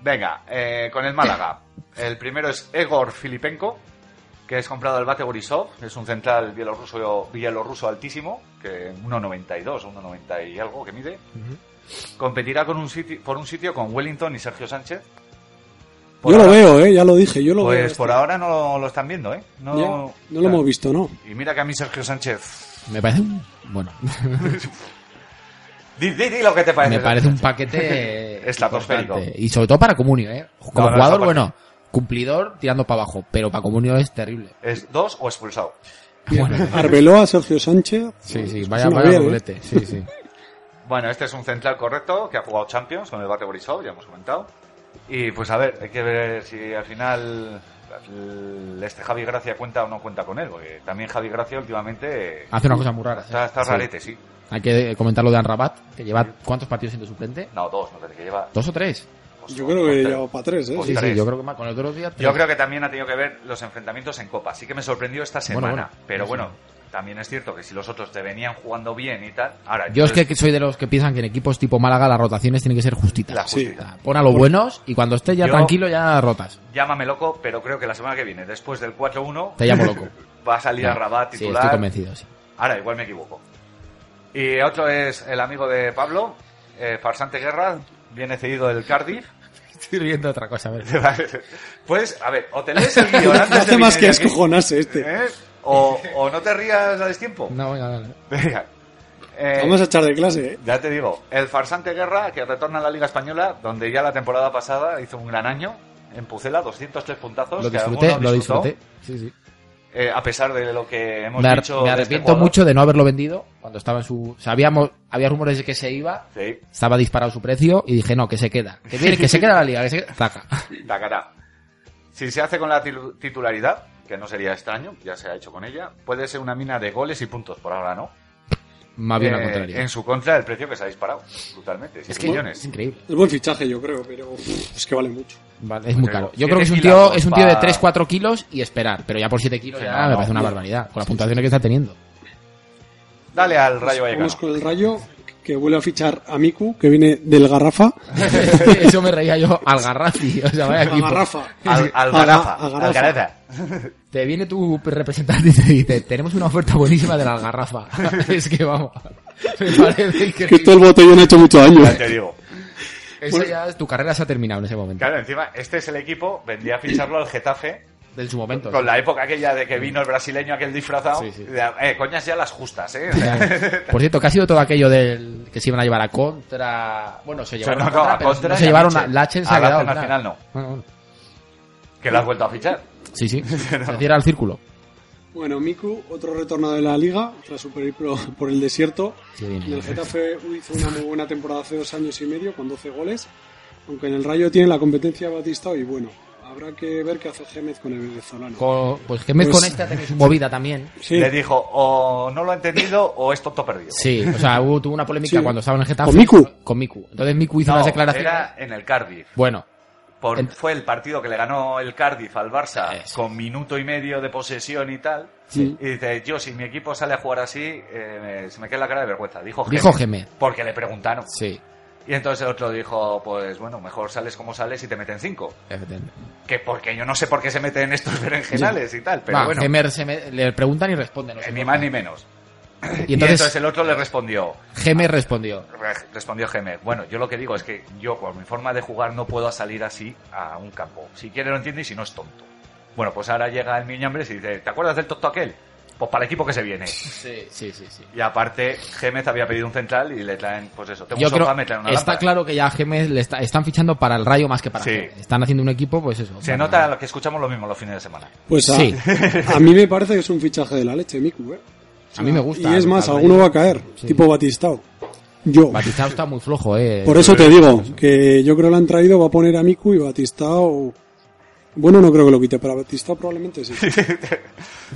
Venga, eh, con el Málaga. El primero es Egor Filipenko, que es comprado al Bate Borisov, es un central bielorruso, bielorruso altísimo, que 1,92, 1,90 y algo que mide. Competirá con un sitio, por un sitio con Wellington y Sergio Sánchez. Por
Yo lo
ahora-
veo, ¿eh? Ya lo dije, yo lo veo.
Pues
este.
por ahora no lo, lo están viendo, ¿eh?
Ya,
No,
No, lo
claro.
hemos visto, ¿no?
Y mira que a mí Sergio Sánchez...
Me parece un... Bueno,
Di, di- di lo que te parece.
me parece un
Sergio
paquete
Estratosférico.
importante. Y sobre todo para Comunio, ¿eh? Como
No, no,
jugador,
no,
bueno, cumplidor tirando para abajo. Pero para Comunio es terrible.
Sánchez. ¿Es dos o expulsado? Pues
Bueno,
Arbeloa, Sergio Sánchez.
sí, sí,
Es
vaya,
una
vaya
¿eh? bien, ¿eh?
doblete. Sí, sí.
Bueno, este es un central correcto que ha jugado Champions con el Bate Borisov, ya hemos comentado. Y pues a ver, hay que ver si al final el- este Javi Gracia cuenta o no cuenta con él, porque también Javi Gracia últimamente
Hace una cosa muy rara. ¿eh?
está, está
Ah, Sí.
rarete, sí.
Hay que comentar lo de Anrabat, que lleva cuántos partidos siendo suplente?
No, dos, me parece que lleva.
¿Dos o tres?
pues,
Yo
dos,
creo que
tres.
ya va para tres, ¿eh?
Pues
sí,
tres.
sí, yo creo que más con los otros días. tres.
Yo creo que también ha tenido que ver los enfrentamientos en Copa. Sí que me sorprendió esta
Bueno,
semana.
bueno.
Pero
Sí,
bueno, también es cierto que si los otros te venían jugando bien y tal. Ahora,
Yo es que soy de los que piensan que en equipos tipo Málaga las rotaciones tienen que ser justitas.
La justita.
O sea, Pon a los buenos y cuando estés ya
Yo-
tranquilo ya rotas.
Llámame loco, pero creo que la semana que viene, después del 4-1,
Te llamo loco.
va a salir a Rabat
Sí,
titular.
estoy convencido, sí.
Ahora, igual me equivoco. Y otro es el amigo de Pablo, eh, Farsante Guerra, viene cedido del Cardiff.
Estoy riendo de otra cosa, a ver.
pues, a ver, o te lees el guión antes
No
de
hace más
venir
que
aquí,
escojonarse este.
¿eh? o, o no te rías a destiempo.
No, venga, dale.
Venga. Eh,
Vamos a echar de clase, ¿eh?
Ya te digo, el Farsante Guerra, que retorna a la Liga Española, donde ya la temporada pasada hizo un gran año, en Pucela, 203 puntazos.
Lo
que
disfruté,
alguno
lo
disfrutó,
disfruté. Sí, sí.
eh, a pesar de lo que hemos
Me, ar-
dicho.
me
de este
arrepiento
jugador.
mucho de no haberlo vendido cuando estaba en su... Sabíamos, había rumores de que se iba,
Sí,
estaba disparado su precio y dije, no, que se queda. Que viene, que se queda la liga, que se queda... Zaca.
tacará. Si se hace con la tilu- titularidad, que no sería extraño, ya se ha hecho con ella, puede ser una mina de goles y puntos, por ahora no.
Más bien
Eh,
al contrario.
en su contra, el precio que se ha disparado brutalmente. 6
Es que
millones.
es increíble.
Es buen fichaje, yo creo, pero uf, es que vale mucho.
Vale, es muy
Pero
caro. Yo
siete
creo que es un
kilos
tío, es un tío de
pa-
3-4 kilos y esperar, pero ya por 7 kilos
Sí,
ya
no,
me
no,
parece una
no.
barbaridad, con las puntuaciones que está teniendo.
Dale al Rayo Vallecano.
Vamos con el Rayo, que vuelve a fichar a Miku, que viene del Garrafa.
Eso me reía yo al Garrafi, o sea, vaya
A
equipo.
Garrafa.
Al, al
A-
Garaza,
a
al Garaza.
Te viene tu representante y te dice, tenemos una oferta buenísima de la Garrafa. es que vamos, me parece
Que esto
increíble.
el botellón ha hecho mucho daño.
Ya te digo.
Eso ya, es- tu carrera se ha terminado en ese momento.
Claro, encima, este es el equipo, vendría a ficharlo al Getafe,
En su momento.
con la época aquella de que vino el brasileño aquel disfrazado.
Sí, sí.
de- Eh, coñas ya las justas, ¿eh?
Por cierto, que ha sido todo aquello del que se iban a llevar a contra... Bueno, se
O sea,
llevaron
no,
a
no,
contra,
a
pero
contra
no
y
se
a
llevaron a...
Lachen.
Lachen se
A
ha quedado...
Lachen al
claro.
final no.
Bueno, bueno.
que la has vuelto a fichar.
Sí, sí. Se cierra el círculo.
Bueno, Miku, otro retornado de la liga, tras su periplo por el desierto.
Sí,
En
bien.
el Getafe hizo una muy buena temporada hace dos años y medio, con 12 goles. Aunque en el Rayo tiene la competencia Batista y bueno, habrá que ver qué hace Gémez con el venezolano.
Co- pues Gémez
Pues-
con esta ha tenido su movida también.
Sí,
Le dijo, o no lo ha entendido o es tonto perdido.
Sí, o sea, hubo, tuvo una polémica
Sí.
cuando estaba en el Getafe.
Con Miku.
Con Miku. Entonces Miku hizo
No,
unas declaraciones.
era en el Cardiff.
Bueno,
Por-
Ent-
fue el partido que le ganó el Cardiff al Barça
Eso.
con minuto y medio de posesión y tal.
Sí.
Y dice, yo si mi equipo sale a jugar así, eh, se me queda la cara de vergüenza. Dijo Gémez.
dijo Gémez.
Porque le preguntaron.
Sí,
Y entonces el otro dijo, pues bueno, mejor sales como sales y te meten cinco.
efectivamente.
Que porque yo no sé por qué se meten estos berenjenales y tal, pero
Va,
bueno,
Gémez se me- le preguntan y responden. no
eh,
sé
ni
por
más
qué.
ni menos.
Y entonces
el otro le respondió,
Geme respondió.
re- respondió Gemer, bueno, yo lo que digo es que yo con mi forma de jugar no puedo salir así a un campo. Si quiere lo entiende y si no es tonto. Bueno, pues ahora llega el miñambres y dice, ¿te acuerdas del tonto aquel? Pues para el equipo que se viene.
Sí, sí, sí. sí.
Y aparte, Gémez había pedido un central y le traen, pues eso, tengo
Yo
un sofá,
creo
me traen una
está
lámpara.
claro que ya Gemes le está- están fichando para el Rayo más que para
Sí.
Geme. Están haciendo un equipo, pues eso.
Se
para-
nota que escuchamos lo mismo los fines de semana.
Pues a,
Sí.
a mí me parece que es un fichaje de la leche, Miku, ¿eh?
A mí me gusta.
Y es más,
Al Rayo.
alguno va a caer,
Sí.
tipo Batistao. Yo.
Batistao está muy flojo, eh.
Por eso te digo, que yo creo que lo han traído, va a poner a Miku y Batistao. Bueno, no creo que lo quite, pero a Batistao probablemente sí.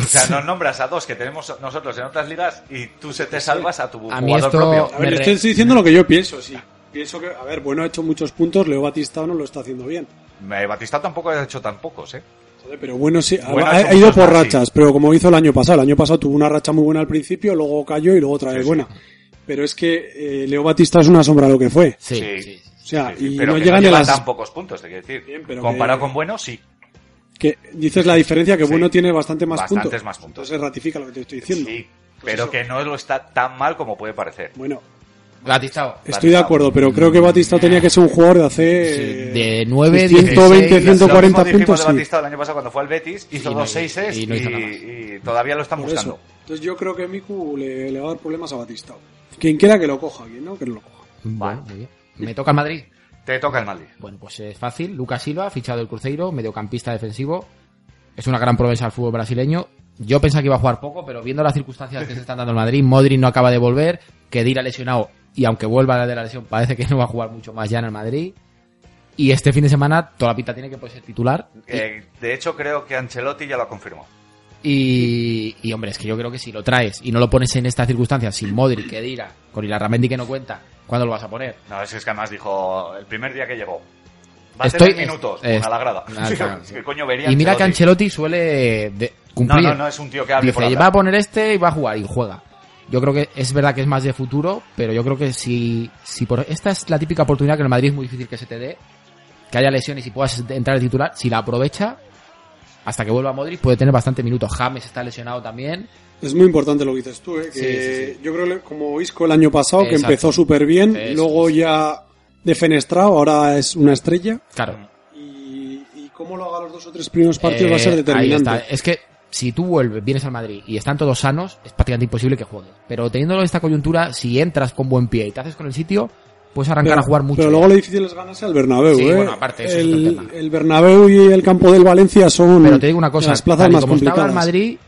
O sea, nos nombras a dos que tenemos nosotros en otras ligas y tú se te salvas a tu
A mí
jugador
esto-
propio.
A ver,
Me
yo
re-
estoy diciendo lo que yo pienso, sí. Pienso que, a ver, bueno, ha hecho muchos puntos, Leo Batistao no lo está haciendo bien.
Me- Batista tampoco ha hecho tan pocos, ¿eh?
Joder, pero bueno, sí, ha-
Bueno,
ha,
ha hecho
ha ido
muchos
por
más,
rachas, pero como hizo el año pasado, el año pasado tuvo una racha muy buena al principio, luego cayó y luego otra
Sí,
vez
sí.
buena. Pero es que eh, Leo Batista es una sombra de lo que fue.
Sí,
Sí.
sí, sí.
O sea,
Sí, sí,
y
pero
no
que
llegan ni a
lleva
las...
tan pocos puntos, te quiero decir.
Bien, pero
Comparado
que-
con bueno, sí.
Que dices la diferencia que
Sí.
bueno tiene bastante más
Bastantes
puntos.
más puntos.
Entonces ratifica lo que te estoy diciendo.
Sí,
Pues
pero
eso.
que no lo está tan mal como puede parecer.
Bueno,
Batistao.
estoy de
Batistao.
acuerdo, pero creo que Batista tenía que ser un jugador de hace...
Sí, de 9,
120,
16,
Lo
140
mismo dijimos
puntos,
de
sí.
Batista el año pasado cuando fue al Betis, hizo
Y no-
dos seises
y
y,
no hizo nada más.
y todavía lo están
Por
buscando.
eso. Entonces yo creo que Miku le, le va a dar problemas a Batista. Quien quiera que lo coja, quien no, que no lo coja.
Bueno, muy bien. Me toca el Madrid.
Te toca el Madrid.
Bueno, pues es fácil. Lucas Silva, fichado del Cruzeiro, mediocampista defensivo. Es una gran promesa al fútbol brasileño. Yo pensaba que iba a jugar poco, pero viendo las circunstancias que se están dando en Madrid, Modric no acaba de volver, Kedira lesionado y aunque vuelva de la lesión parece que no va a jugar mucho más ya en el Madrid. Y este fin de semana toda la pinta tiene que puede ser titular.
Eh, de hecho, creo que Ancelotti ya lo confirmó.
Y, y, hombre, es que yo creo que si lo traes y no lo pones en estas circunstancias, sin Modric, Kedira, con Ilarramendi que no cuenta, ¿cuándo lo vas a poner?
No, es que es que además dijo el primer día que llegó. Va a
Estoy-
tener minutos
es- es-
a la grada.
Ah, claro,
Es
sí.
que coño vería
Y mira que
Ancelotti.
Ancelotti suele de-
No,
cumplir.
no, no es un tío que hable por
Dice, va
hablar.
a poner este y va a jugar y juega. Yo creo que es verdad que es más de futuro, pero yo creo que si, si por esta es la típica oportunidad que en el Madrid es muy difícil que se te dé, que haya lesiones y puedas entrar de titular, si la aprovecha, hasta que vuelva Modric puede tener bastante minutos. James está lesionado también.
Es muy importante lo que dices tú, ¿eh? que
Sí, sí,
yo creo que como Isco el año pasado, que
Exacto.
empezó súper bien,
Eso
luego
es.
ya defenestrado, ahora es una estrella.
Claro.
Y, y cómo lo haga los dos o tres primeros partidos va a
Eh,
ser
ahí está.
determinante.
Es que si tú vuelves, vienes al Madrid y están todos sanos, es prácticamente imposible que juegues. Pero teniendo esta coyuntura, si entras con buen pie y te haces con el sitio, puedes arrancar
Pero,
a jugar mucho. eh.
pero luego lo difícil es ganarse al Bernabéu,
Sí,
¿eh?
bueno, aparte, eso es
el,
otro tema.
el Bernabéu y el campo del Valencia son
Pero te digo una cosa,
Mm, las plazas
tal y
más
como estaba
complicadas.
el Madrid,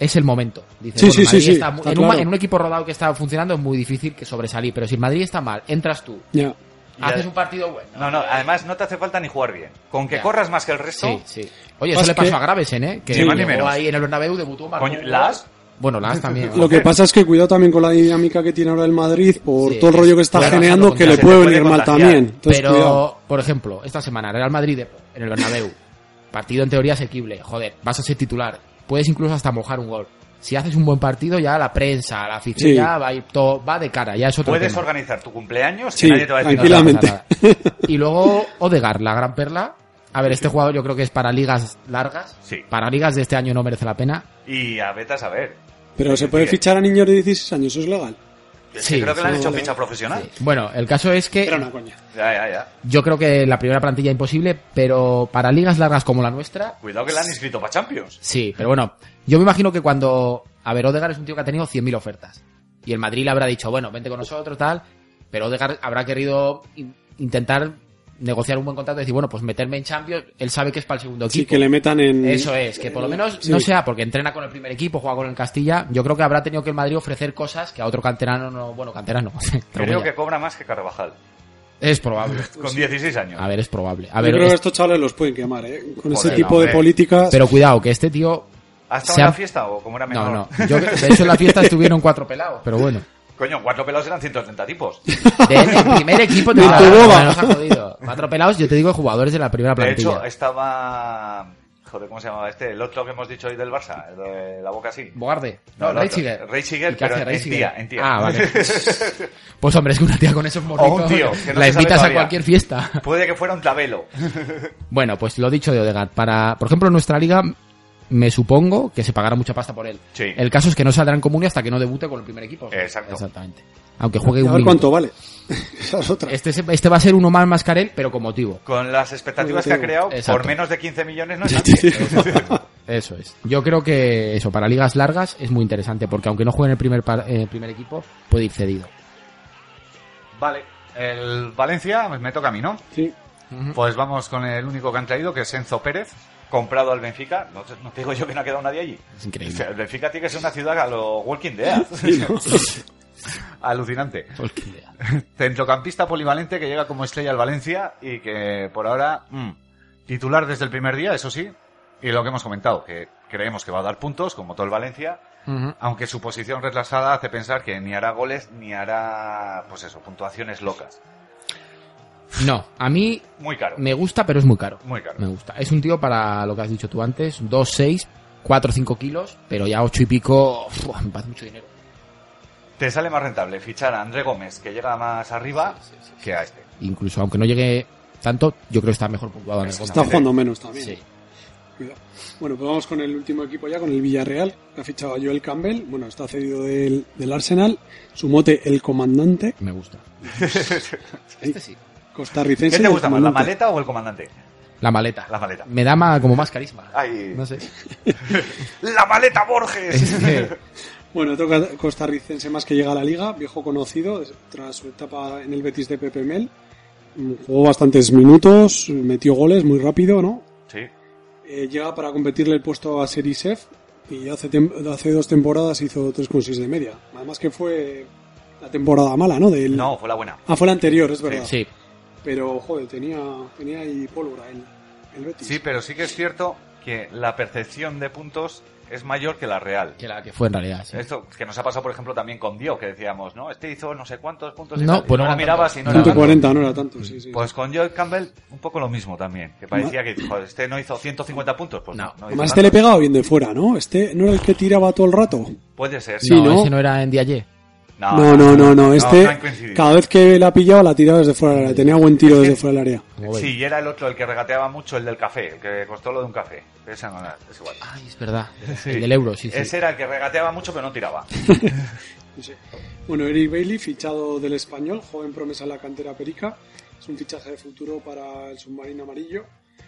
es el momento. Dice,
Sí,
bueno,
sí,
Madrid
sí, sí,
está mu-
está
en, un, ma-
claro.
en un equipo rodado que está funcionando es muy difícil que sobresalir, pero si el Madrid está mal, entras tú,
Ya.
Ya.
haces un partido bueno.
No, no, además no te hace falta ni jugar bien. Con que
Ya.
corras más que el resto,
Sí, sí. Oye,
Pues
eso le
que-
pasó a Gravesen, ¿eh? Que
Sí, más ni
llegó
menos.
ahí en el Bernabéu, debutó, marcó
coño,
un gol.
las
Bueno, las también.
Lo que pasa es que cuidado también con la dinámica que tiene ahora el Madrid por
Sí,
todo el rollo que está
claro,
generando que
se
le
le
puede
puede
venir mal
contagiar,
también. Entonces,
pero,
cuidado.
por ejemplo, esta semana, Real Madrid en el Bernabéu. Partido en teoría asequible. Joder, vas a ser titular. Puedes incluso hasta mojar un gol. Si haces un buen partido, ya la prensa, la afición
Sí.
ya va, a ir todo- va de cara. Ya es otro
puedes
tema.
organizar tu cumpleaños
Sí,
que nadie te va a decir
No,
nada.
no
Tranquilamente.
pasa nada. Y luego Odegar, la gran perla. A ver, este jugador yo creo que es para ligas largas.
Sí.
Para ligas de este año no merece la pena.
Y a vete a saber.
Pero se puede
Sí.
fichar a niños de 16 años, eso es legal.
Eh,
Es
Sí,
que creo que le han
sí,
hecho
vale.
ficha profesional.
Bueno, el caso es que
Era una coña.
Ya, ya, ya.
yo creo que la primera plantilla imposible, pero para ligas largas como la nuestra,
Cuidado que le han inscrito para Champions.
Sí, pero bueno, yo me imagino que cuando... A ver, Odegar es un tío que ha tenido 100.000 ofertas. Y el Madrid le habrá dicho, bueno, vente con nosotros, tal. Pero Odegar habrá querido in- intentar negociar un buen contrato y decir, bueno, pues meterme en Champions. Él sabe que es para el segundo
Sí,
equipo.
que le metan en.
Eso es, que por lo menos
Sí.
no sea porque entrena con el primer equipo, juega con el Castilla. Yo creo que habrá tenido que el Madrid ofrecer cosas que a otro canterano no... Bueno, canterano. entre
Creo que
comillas.
cobra más que Carvajal.
Es probable.
Con 16 años.
A ver, es probable. A
Yo
ver,
creo que
es-
estos chavales los pueden quemar, ¿eh? Con ese
Joder,
tipo
hombre.
de políticas.
pero cuidado, que este tío...
¿Has estado
se
en la
ha-
fiesta o como era menor?
No, no. Yo, de hecho, en la fiesta estuvieron cuatro pelados, pero bueno.
Coño, cuatro pelados eran 130 tipos.
De- del primer equipo te
Ni
digo,
tu
no,
boba.
nos ha jodido. Cuatro pelados, yo te digo jugadores de la primera
De
plantilla.
hecho, estaba... Joder, ¿cómo se llamaba este? El otro que hemos dicho hoy del Barça. el de la boca así.
Bogarde.
No,
No,
no,
Reitziger.
Reitziger,
¿Y qué
pero
hace
en
Reitziger?
tía, en tía.
Ah, vale. Pues hombre, es que una tía con esos morritos
un tío, que no
la
se sabe
invitas a
todavía.
cualquier fiesta.
Puede que fuera un tabelo.
Bueno, pues lo dicho de Odegaard. Para, por ejemplo, en nuestra liga me supongo que se pagará mucha pasta por él.
Sí.
El caso es que no saldrá en comunio hasta que no debute con el primer equipo.
Exacto.
Exactamente. Aunque juegue
a
un
ver
minuto.
cuánto vale. Esa es otra.
Este, se- este va a ser uno más Mascarel, pero con motivo.
Con las expectativas que ha creado,
Exacto.
por menos de 15 millones no es
Ya
nadie.
te digo.
Eso es. Yo creo que eso, para ligas largas es muy interesante, porque aunque no juegue en el primer, par- eh, primer equipo, puede ir cedido.
Vale, el Valencia me toca a mí, ¿no?
Sí.
Pues vamos con el único que han traído, que es Enzo Pérez, comprado al Benfica. No, te- no te digo yo que no ha quedado nadie allí.
Es
O
increíble.
sea, el Benfica tiene que ser una ciudad a lo Walking Dead. Alucinante. Centrocampista polivalente que llega como estrella al Valencia y que por ahora mm, titular desde el primer día, eso sí. Y lo que hemos comentado, que creemos que va a dar puntos, como todo el Valencia,
Ujú.
aunque su posición retrasada hace pensar que ni hará goles ni hará, pues eso, puntuaciones locas.
No, a mí
Muy caro.
me gusta, pero es muy caro.
Muy caro.
Me gusta. Es un tío para lo que has dicho tú antes, 2, 6, 4, 5 kilos, pero ya 8 y pico, uf, me parece mucho dinero.
Te sale más rentable fichar a André Gómez, que llega más arriba, que a este.
Incluso aunque no llegue tanto, yo creo que está mejor puntuado. en el
Está
contrato.
jugando menos también.
Sí.
Cuidado. Bueno, pues vamos con el último equipo ya, con el Villarreal. que Ha fichado a Joel Campbell. Bueno, está cedido del, del Arsenal. Su mote, el comandante.
Me gusta.
Este
sí.
¿Qué
Costarricense.
te
del
gusta más, la
comandante.
maleta o el comandante?
La maleta.
La maleta.
Me da ma- como más carisma.
Ay.
No sé.
¡La maleta Borges!
Este,
Bueno, otro ca- costarricense más que llega a la liga, viejo conocido, es- tras su etapa en el Betis de Pepe Mel. Mm, Jugó bastantes minutos, metió goles muy rápido, ¿no?
sí.
Eh, llega para competirle el puesto a Serisev y hace, tem- hace dos temporadas hizo 3,6 de media. Además que fue la temporada mala, ¿no? Del-
No, fue la buena.
Ah, fue la anterior, es verdad.
sí.
Pero, joder, tenía, tenía ahí pólvora el, el Betis.
Sí, pero sí que es cierto que la percepción de puntos es mayor que la real.
Que la que fue en realidad. sí.
Esto que nos ha pasado, por ejemplo, también con Dio, que decíamos, ¿no? Este hizo no sé cuántos puntos. y
No,
tal, y
pues no
luego
eran
mirabas
tantos.
y no
Punto
era
Punto
tanto.
40, no era tanto, sí, sí.
Pues con Joel Campbell, un poco lo mismo también. Que parecía que, joder, este no hizo 150 puntos. Pues
No.
no. no hizo
Además,
tanto.
este le pegaba bien de fuera, ¿no? Este no era el que tiraba todo el rato.
Puede ser.
Sí,
no,
¿no?
ese no era en Diaye.
No, no, no, no. Este,
no han coincidido.
cada vez que la pillaba, la tiraba desde fuera del área. Tenía buen tiro desde fuera del área.
como veis.
Sí, y era el otro, el que regateaba mucho, el del café, el que costó lo de un café. Esa no era, es igual.
Ay, es verdad.
Sí.
El del euro, sí, sí.
Ese era el que regateaba mucho pero no tiraba.
No sé. Bueno, Eric Bailey, fichado del español, joven promesa en la cantera perica. Es un fichaje de futuro para el submarino amarillo.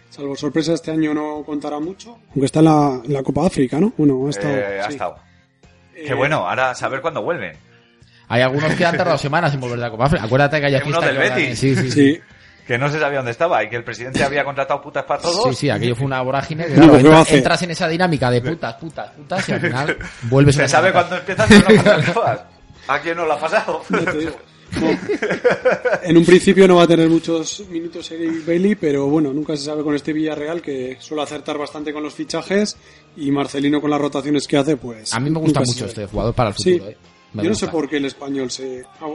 Salvo sorpresa, este año no contará mucho. Aunque está en la, en la Copa África, ¿no? Bueno, ha estado.
Eh, ha
Pues sí.
estado.
Eh,
Qué bueno, ahora a saber cuándo vuelven.
Hay algunos que han tardado semanas en volver de la Copa África. Acuérdate que hay
Uno
fiesta
del
que ahora-
Betis.
Sí, sí, sí.
Sí,
Que no se sabía dónde estaba y que el presidente había contratado putas para todos.
Sí, sí, aquello fue una vorágine. que,
Digo,
claro,
¿qué va a
entras,
hacer?
entras en esa dinámica de putas, putas, putas y al final vuelves
Se
una
sabe
semana
cuándo empiezan pero no cuándo acabas. ¿A quién nos lo ha pasado?
ya te digo. Bueno, en un principio no va a tener muchos minutos Eric Bailey, pero bueno, nunca se sabe con este Villarreal que suele acertar bastante con los fichajes y Marcelino con las rotaciones que hace, pues.
atrás. A mí me gusta
nunca se
mucho
sabe.
este jugador para el
Sí.
futuro. eh. Me
Yo no
gusta. Eh.
sé por qué el español se, ah,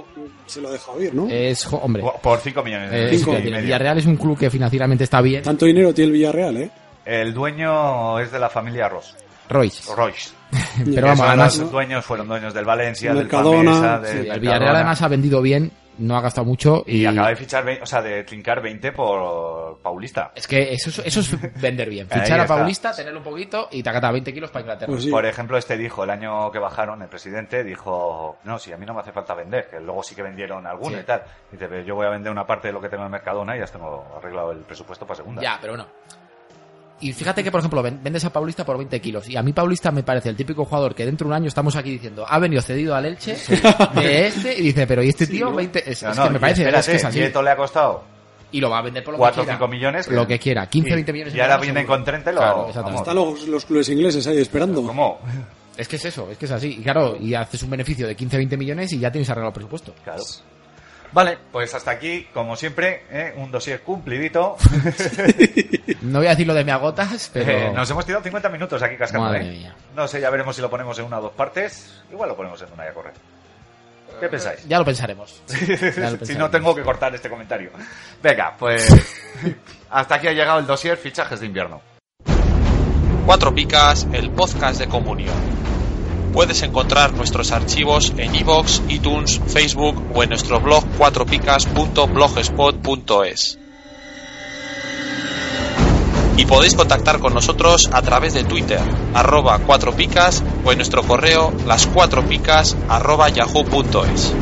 se lo deja oír, ¿no?
Es, jo- hombre,
Por- Por 5 millones de
eh,
euros
es que
y
el
medio.
Villarreal es un club que financieramente está bien.
Tanto dinero tiene el Villarreal, ¿eh?
El dueño es de la familia Ross.
Royce.
Royce.
Pero
Eso,
vamos, además,
los dueños fueron dueños del Valencia, del
Mercadona,
Pamesa, del
sí,
el Villarreal
Mercadona.
además ha vendido bien, no ha gastado mucho y,
Y acaba de fichar, ve- o sea, de trincar 20 por Paulista.
es que eso, es- eso es vender bien.
Ahí
Fichar a
está.
Paulista, tenerlo un poquito y tacata 20 kilos para Inglaterra.
Pues sí.
Por ejemplo, este dijo, el año que bajaron, el presidente dijo, no, si a mí no me hace falta vender, que luego sí que vendieron alguna
Sí.
y tal. Dice, pero yo voy a vender una parte de lo que tengo en Mercadona y ya tengo arreglado el presupuesto para segunda.
Ya, pero bueno. Y fíjate que, por ejemplo, ven- vendes a Paulista por 20 kilos. Y a mí Paulista me parece el típico jugador que dentro de un año estamos aquí diciendo, ha venido cedido al Elche de este, y dice, pero ¿y este tío? 20... Es,
No,
es
no,
que me
y
parece,
espérate,
es que es así.
¿y esto le ha costado?
Y lo va a vender por lo
4 o
que quiera.
5 millones.
Lo que quiera, 15,
Y-
20 millones.
Y ahora
seguro.
vienen con 30 y lo...
Claro, exactamente.
Están los, los clubes ingleses ahí esperando.
¿Cómo?
Es que es eso, es que es así. Y claro, y haces un beneficio de 15, 20 millones y ya tienes arreglado el presupuesto.
Claro. Vale, pues hasta aquí, como siempre, ¿eh? un dossier cumplidito.
No voy a decir lo de me agotas, pero...
Eh, nos hemos tirado 50 minutos aquí cascando.
Madre
¿eh?
mía.
No sé, ya veremos si lo ponemos en una o dos partes. Igual lo ponemos en una y a correr. ¿Qué pensáis?
Ya lo pensaremos. Ya lo
si
pensaremos.
no tengo que cortar este comentario. Venga, pues hasta aquí ha llegado el dossier fichajes de invierno.
Cuatro Picas, el podcast de Comunio. Puedes encontrar nuestros archivos en iVoox, iTunes, Facebook o en nuestro blog cuatropicas.blogspot.es. y podéis contactar con nosotros a través de Twitter, arroba 4picas o en nuestro correo las 4picas arroba yahoo.es.